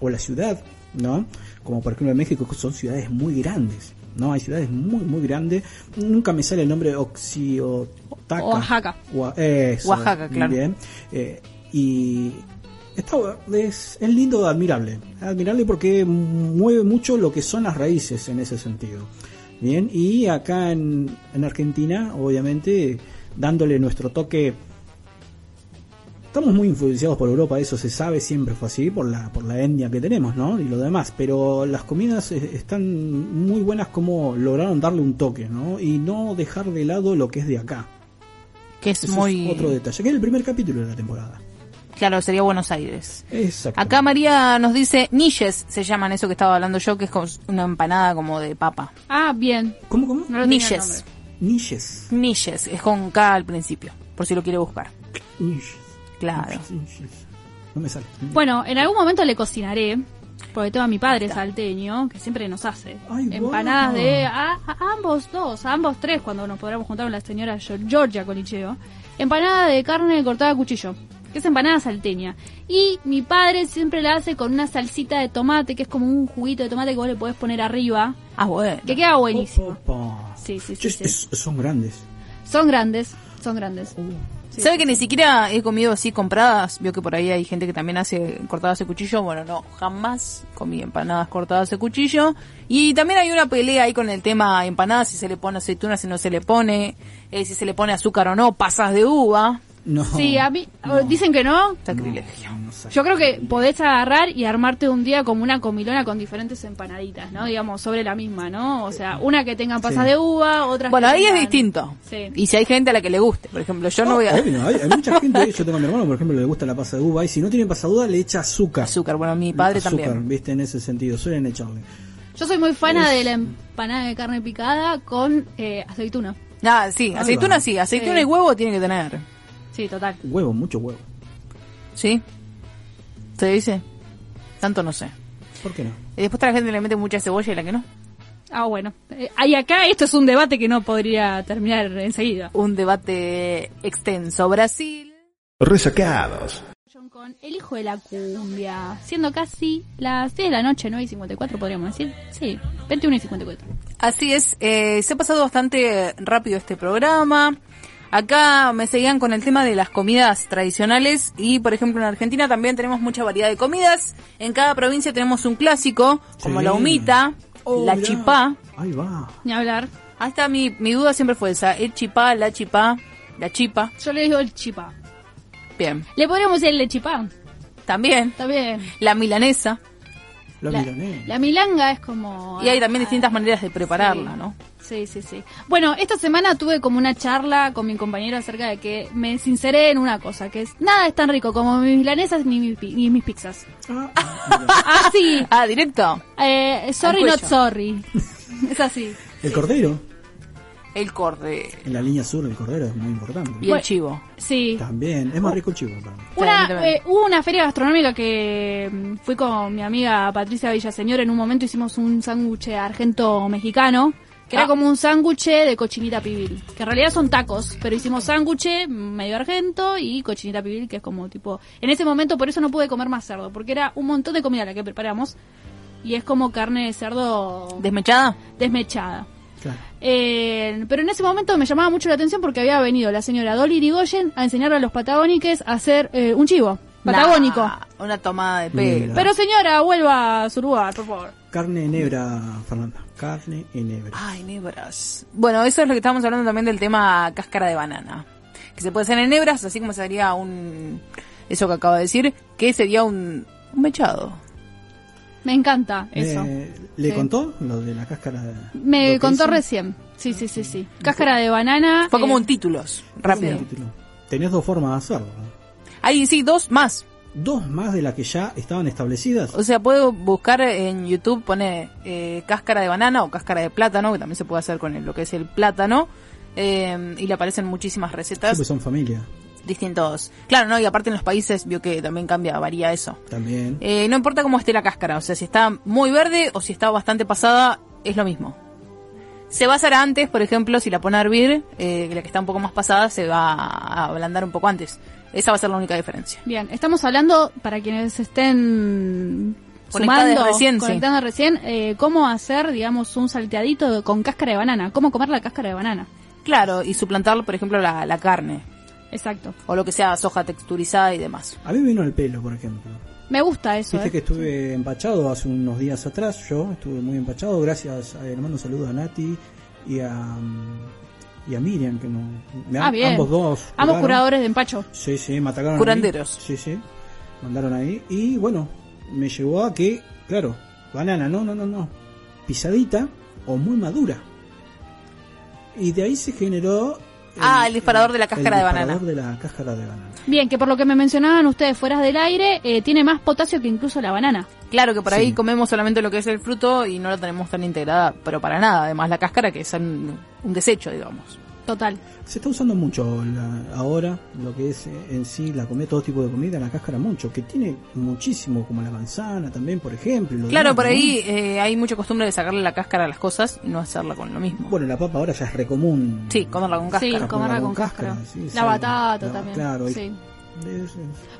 o la ciudad, ¿no? Como por ejemplo en México, que son ciudades muy grandes, ¿no? Hay ciudades muy, muy grandes. Nunca me sale el nombre Oxi o Taca. Oaxaca. Oa- eso, Oaxaca, muy claro. bien. Eh, y está, es, es lindo, admirable. Admirable porque mueve mucho lo que son las raíces en ese sentido. Bien, y acá en, en Argentina, obviamente, dándole nuestro toque. Estamos muy influenciados por Europa, eso se sabe, siempre fue así, por la, por la etnia que tenemos, ¿no? Y lo demás. Pero las comidas eh, están muy buenas como lograron darle un toque, ¿no? Y no dejar de lado lo que es de acá. Que es Ese muy... otro detalle, que es el primer capítulo de la temporada. Claro, sería Buenos Aires. Exacto. Acá María nos dice, niches se llaman eso que estaba hablando yo, que es como una empanada como de papa. Ah, bien. ¿Cómo, cómo? No lo tenía el Niches. nombre. Niches. Niches, es con K al principio, por si lo quiere buscar. Claro. No me sale. Bueno, en algún momento le cocinaré, porque tengo a mi padre salteño, que siempre nos hace empanadas bueno. de a, a ambos dos, a ambos tres, cuando nos podamos juntar con la señora Gio- Georgia Colicheo. Empanada de carne cortada a cuchillo. que es empanada salteña. Y mi padre siempre la hace con una salsita de tomate, que es como un juguito de tomate que vos le podés poner arriba. Ah, bueno. Que queda buenísimo. Pa. Sí, sí, sí. Che, sí. es- son grandes. Son grandes, son grandes. ¿Sabe que ni siquiera he comido así compradas? Vio que por ahí hay gente que también hace cortadas de cuchillo. Bueno, no, jamás comí empanadas cortadas de cuchillo. Y también hay una pelea ahí con el tema empanadas, si se le pone aceituna, si no se le pone, eh, si se le pone azúcar o no, pasas de uva. No. Sí, a mí dicen que no. Sacrilegio. Yo creo que podés agarrar y armarte un día como una comilona con diferentes empanaditas, ¿no? Digamos, sobre la misma, ¿no? O sea, una que tengan pasas Sí. de uva, otras Bueno, que ahí es tengan- distinto. Sí. Y si hay gente a la que le guste, por ejemplo, yo no voy a... Obvio, Ah, hay, hay mucha gente, yo tengo a mi hermano, por ejemplo, le gusta la pasa de uva y si no tiene pasa de uva le echa azúcar. Azúcar, bueno, mi padre azúcar, también. viste, en ese sentido, suelen echarle. Yo soy muy fana de la empanada de carne picada con eh, aceituna. Ah, sí, aceituna sí, aceituna y huevo tiene que tener. Sí, total. Huevo, mucho huevo. ¿Sí? ¿Se dice? Tanto no sé. ¿Por qué no? Y después la gente le mete mucha cebolla y la que no. Ah, bueno. Eh, ahí acá esto es un debate que no podría terminar enseguida. Un debate extenso. Brasil. Resacados. Con el hijo de la cumbia, siendo casi las 10 de la noche, 9 y 54 podríamos decir. Sí, 21 y 54. Así es, eh, se ha pasado bastante rápido este programa. Acá me seguían con el tema de las comidas tradicionales y, por ejemplo, en Argentina también tenemos mucha variedad de comidas. En cada provincia tenemos un clásico, como Sí. la humita, Oh, la mirá. chipá. Ahí va. Ni hablar. Hasta mi, mi duda siempre fue esa, el chipá, la chipá, la chipa. Yo le digo el chipá. Bien. Le podríamos decir el lechipán. También. También. La milanesa. La, La milanga es como... Y hay también distintas maneras de prepararla, ¿no? Sí, sí, sí. Bueno, esta semana tuve como una charla con mi compañero acerca de que me sinceré en una cosa, que es nada es tan rico como mis milanesas ni, mis pi- ni mis pizzas. Ah, sí. Ah, directo. Eh, sorry, Al not cuello. sorry. Es así. El cordero, El corde en la línea sur del cordero es muy importante. y el chivo. Sí. También, Oh. es más rico el chivo para mí. Una, eh, hubo una feria gastronómica que mm, fui con mi amiga Patricia Villaseñor. En un momento hicimos un sándwich argento-mexicano, que Ah. era como un sándwich de cochinita pibil. Que en realidad son tacos, pero hicimos sándwich medio argento y cochinita pibil, que es como tipo... En ese momento por eso no pude comer más cerdo, porque era un montón de comida la que preparamos. Y es como carne de cerdo... ¿Desmechada? Desmechada. Claro. Eh, pero en ese momento me llamaba mucho la atención porque había venido la señora Dolly Irigoyen a enseñarle a los patagóniques a hacer eh, un chivo patagónico. Nah, una tomada de Mira. pelo. Pero señora, vuelva a su lugar, por favor. Carne en hebra, Fernanda. Carne en hebra. Ay, nebras. Bueno, eso es lo que estábamos hablando también del tema cáscara de banana. Que se puede hacer en hebras, así como sería un... Eso que acaba de decir, que sería un, un mechado. Me encanta eso. Eh, ¿Le Sí. contó lo de la cáscara? de- lo Me que contó hizo? recién. Sí, sí, sí, sí. Cáscara de Ah, banana. Fue como eh, un títulos, rápido. Tenés dos formas de hacerlo. ¿no? Ahí sí, dos más. Dos más de las que ya estaban establecidas. O sea, puedo buscar en YouTube, pone eh, cáscara de banana o cáscara de plátano, que también se puede hacer con el- lo que es el plátano. eh, y le aparecen muchísimas Sí, recetas, pues son familia. distintos. Claro, ¿no? Y aparte en los países, vio que también cambia, varía eso. También. Eh, no importa cómo esté la cáscara, o sea, si está muy verde o si está bastante pasada, es lo mismo. Se va a hacer antes, por ejemplo, si la pone a hervir, eh, la que está un poco más pasada se va a ablandar un poco antes. Esa va a ser la única diferencia. Bien, estamos hablando para quienes estén Conectadas sumando, recién, sí. conectadas recién, eh, cómo hacer, digamos, un salteadito con cáscara de banana. Cómo comer la cáscara de banana. Claro, y suplantar, por ejemplo, la, la carne Exacto. o lo que sea soja texturizada y demás. A mí me vino el pelo, por ejemplo. Me gusta eso. Viste eh. que estuve empachado hace unos días atrás, yo estuve muy empachado, gracias, a, le mando un saludo a Nati y a, mm, y a Miriam, que no, me- Ah, bien. ambos dos. Ambos curaron. curadores de empacho. Sí, sí, me atacaron. a mí. Curanderos. Sí, sí, mandaron ahí. Y bueno, me llevó a que, claro, banana, no, no, no, no, pisadita o muy madura. Y de ahí se generó... Ah, el disparador de la cáscara de disparador banana. de la cáscara de banana. Bien, que por lo que me mencionaban ustedes fuera del aire, eh, tiene más potasio que incluso la banana. Claro que por Sí. ahí comemos solamente lo que es el fruto y no la tenemos tan integrada, pero para nada. Además, la cáscara que es un, un desecho, digamos. Total. Se está usando mucho la- ahora lo que es eh, en sí la comida, todo tipo de comida, la cáscara mucho, que tiene muchísimo, como la manzana también, por ejemplo. y lo Claro, demás, por ¿no? ahí eh, hay mucha costumbre de sacarle la cáscara a las cosas y no hacerla con lo mismo. Bueno, la papa ahora ya es recomún. Ah, Sí, comerla con cáscara. Sí, comerla con cáscara. sí, la salvo. batata La- también. Claro, hay sí.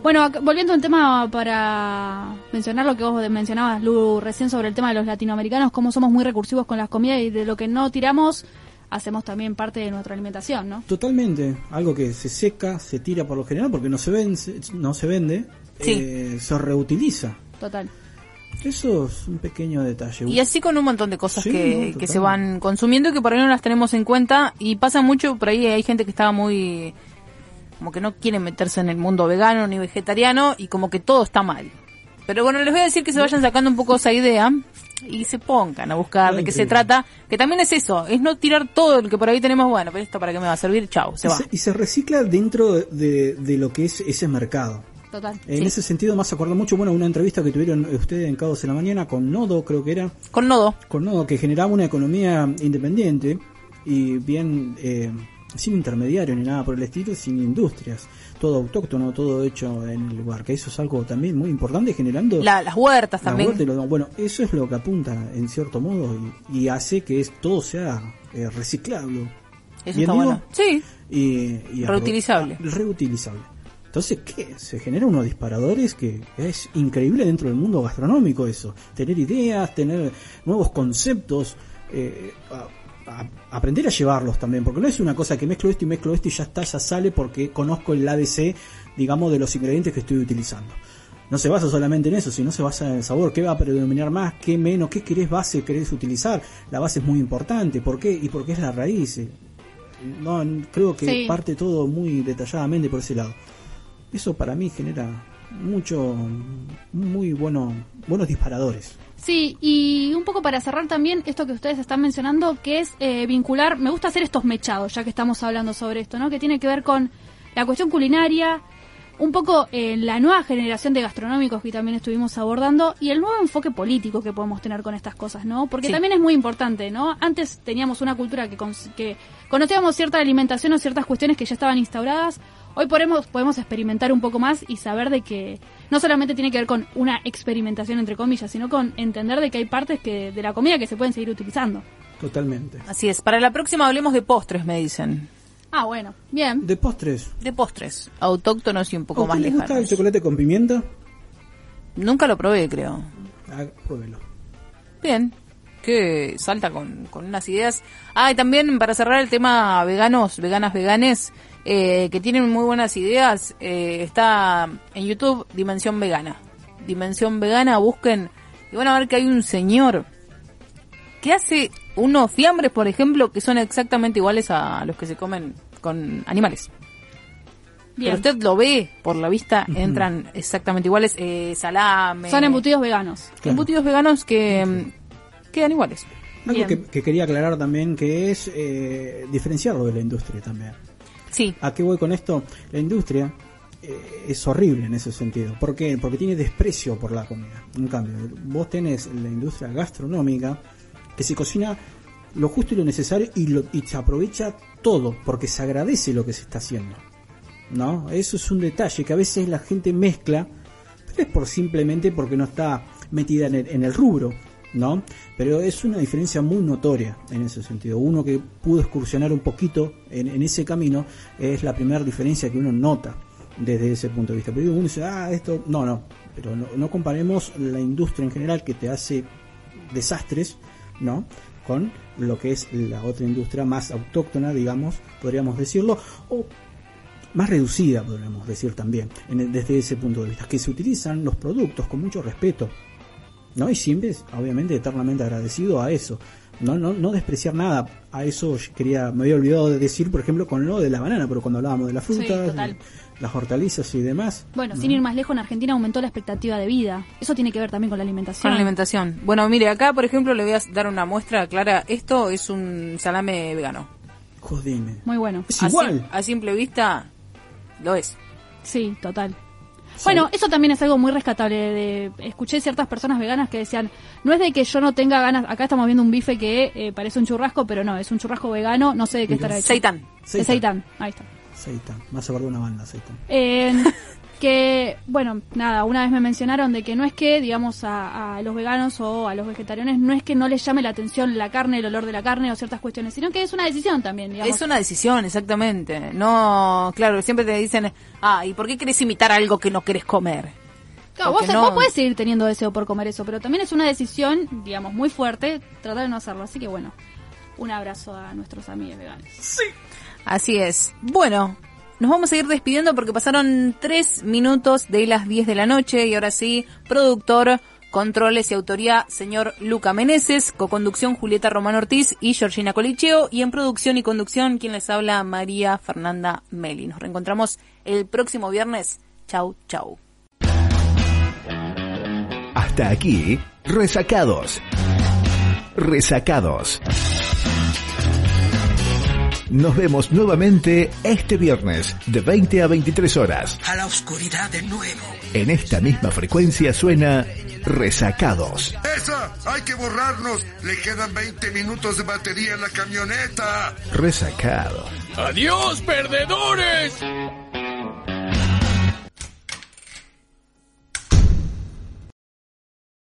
Bueno, ac- volviendo al tema para mencionar lo que vos de- mencionabas, Lu, recién sobre el tema de los latinoamericanos, cómo somos muy recursivos con las comidas y de lo que no tiramos, hacemos también parte de nuestra alimentación, ¿no? Totalmente, algo que se seca, se tira por lo general porque no se vende, no se vende, Sí. eh, se reutiliza. Total. Eso es un pequeño detalle. Y así con un montón de cosas Sí, no, que, total. que se van consumiendo y que por ahí no las tenemos en cuenta. Y pasa mucho, por ahí hay gente que estaba muy... Como que no quiere meterse en el mundo vegano ni vegetariano y como que todo está mal. Pero bueno, les voy a decir que se vayan sacando un poco esa idea y se pongan a buscar de qué se Increíble. trata. Que también es eso, es no tirar todo lo que por ahí tenemos. Bueno, pero esto para qué me va a servir, chao, se y, va. se, y se recicla dentro de, de lo que es ese mercado. Total. En ese sentido me hace acordar mucho, bueno, una entrevista que tuvieron ustedes en Caos en la Mañana con Nodo, creo que era. Con Nodo. Con Nodo, que generaba una economía independiente y bien eh, sin intermediarios ni nada por el estilo, sin industrias. Todo autóctono, todo hecho en el lugar, que eso es algo también muy importante, generando... La- las huertas la también. huerta y lo- bueno, eso es lo que apunta en cierto modo y, y hace que es, todo sea eh, reciclable. Eso Bien está digo, bueno. Sí, y, y apro- Reutilizable. ah, reutilizable. Entonces, ¿qué? Se genera unos disparadores que es increíble dentro del mundo gastronómico eso. Tener ideas, tener nuevos conceptos, eh, a- a- aprender a llevarlos también, porque no es una cosa que mezclo esto y mezclo esto y ya está, ya sale porque conozco el ADC, digamos, de los ingredientes que estoy utilizando. No se basa solamente en eso, sino se basa en el sabor. ¿Qué va a predominar más? ¿Qué menos? ¿Qué querés base querés utilizar? La base es muy importante. ¿Por qué? Y porque es la raíz. eh. No, n- creo que Sí. parte todo muy detalladamente por ese lado. Eso para mí genera mucho, muy bueno, buenos disparadores. Sí, y un poco para cerrar también esto que ustedes están mencionando, que es eh, vincular, me gusta hacer estos mechados, ya que estamos hablando sobre esto, ¿no? Que tiene que ver con la cuestión culinaria, un poco eh, la nueva generación de gastronómicos que también estuvimos abordando y el nuevo enfoque político que podemos tener con estas cosas, ¿no? Porque Sí. también es muy importante, ¿no? Antes teníamos una cultura que, cons- que conocíamos cierta alimentación o ciertas cuestiones que ya estaban instauradas. Hoy podemos, podemos experimentar un poco más y saber de que no solamente tiene que ver con una experimentación, entre comillas, sino con entender de que hay partes que, de la comida que se pueden seguir utilizando. Totalmente. así es. Para la próxima hablemos de postres, me dicen. Ah, bueno, bien. De postres. De postres, autóctonos y un poco ¿A más usted le lejanos. gusta el chocolate con pimienta? Nunca lo probé, creo. Ah, pruébelo. Bien. Que salta con, con unas ideas. Ah, y también para cerrar el tema veganos, veganas, veganes, eh, que tienen muy buenas ideas, eh, está en YouTube Dimensión Vegana. Dimensión Vegana, busquen y van a ver que hay un señor que hace unos fiambres, por ejemplo, que son exactamente iguales a los que se comen con animales. Bien. Pero usted lo ve por la vista, entran exactamente iguales, eh, salame. Son embutidos veganos. Claro. Embutidos veganos que mm, quedan iguales. Algo Bien. que, que quería aclarar también que es eh, diferenciarlo de la industria también. Sí. ¿A qué voy con esto? La industria eh, es horrible en ese sentido. ¿Por qué? Porque tiene desprecio por la comida. En cambio, vos tenés la industria gastronómica que se cocina lo justo y lo necesario y, lo, y se aprovecha todo porque se agradece lo que se está haciendo. ¿No? Eso es un detalle que a veces la gente mezcla, pero es por simplemente porque no está metida en el, en el rubro, ¿no? Pero es una diferencia muy notoria en ese sentido. Uno que pudo excursionar un poquito en, en ese camino es la primera diferencia que uno nota desde ese punto de vista. Pero uno dice, ah, esto, no, no, pero no, no comparemos la industria en general que te hace desastres, ¿no? Con lo que es la otra industria más autóctona, digamos, podríamos decirlo, o más reducida, podríamos decir también, en el- desde ese punto de vista, que se utilizan los productos con mucho respeto, ¿no? Y siempre, es, obviamente, eternamente agradecido a eso. No, no, no despreciar nada. A eso yo quería, me había olvidado de decir, por ejemplo, con lo de la banana, pero cuando hablábamos de las Sí, frutas, total. las hortalizas y demás. Bueno, sin ir más lejos, en Argentina aumentó la expectativa de vida. Eso tiene que ver también con la alimentación. Con alimentación. Bueno, mire, acá, por ejemplo, le voy a dar una muestra clara. Esto es un salame vegano. Jodeme. Muy bueno. Es A sim- igual. A, simple vista, lo es. Sí, total. Bueno, eso también es algo muy rescatable. de- escuché ciertas personas veganas que decían, no es de que yo no tenga ganas, acá estamos viendo un bife que eh, parece un churrasco, pero no, es un churrasco vegano, no sé de qué Mirá. estará hecho. Seitan. De seitan, ahí está. Seitan. Más acordado de una banda, Seitan. Eh, que, bueno, nada, una vez me mencionaron de que no es que, digamos, a, a los veganos o a los vegetarianos, no es que no les llame la atención la carne, el olor de la carne o ciertas cuestiones, sino que es una decisión también, digamos. Es una decisión, exactamente. No, claro, siempre te dicen, ah, ¿y por qué querés imitar algo que no querés comer? Claro, vos, Porque no- vos podés seguir teniendo deseo por comer eso, pero también es una decisión, digamos, muy fuerte tratar de no hacerlo. Así que, bueno, un abrazo a nuestros amigos veganos. Así es. Bueno, nos vamos a ir despidiendo porque pasaron tres minutos de las 10 de la noche y ahora sí, productor, controles y autoría, señor Luca Meneses, coconducción Julieta Román Ortiz y Georgina Colicheo y en producción y conducción quien les habla María Fernanda Meli. Nos reencontramos el próximo viernes. Chau, chau. Hasta aquí, resacados. Resacados. Nos vemos nuevamente este viernes de 20 a 23 horas. A la oscuridad de nuevo. En esta misma frecuencia suena Resacados. ¡Esa! ¡Hay que borrarnos! Le quedan 20 minutos de batería en la camioneta. Resacados. ¡Adiós, perdedores!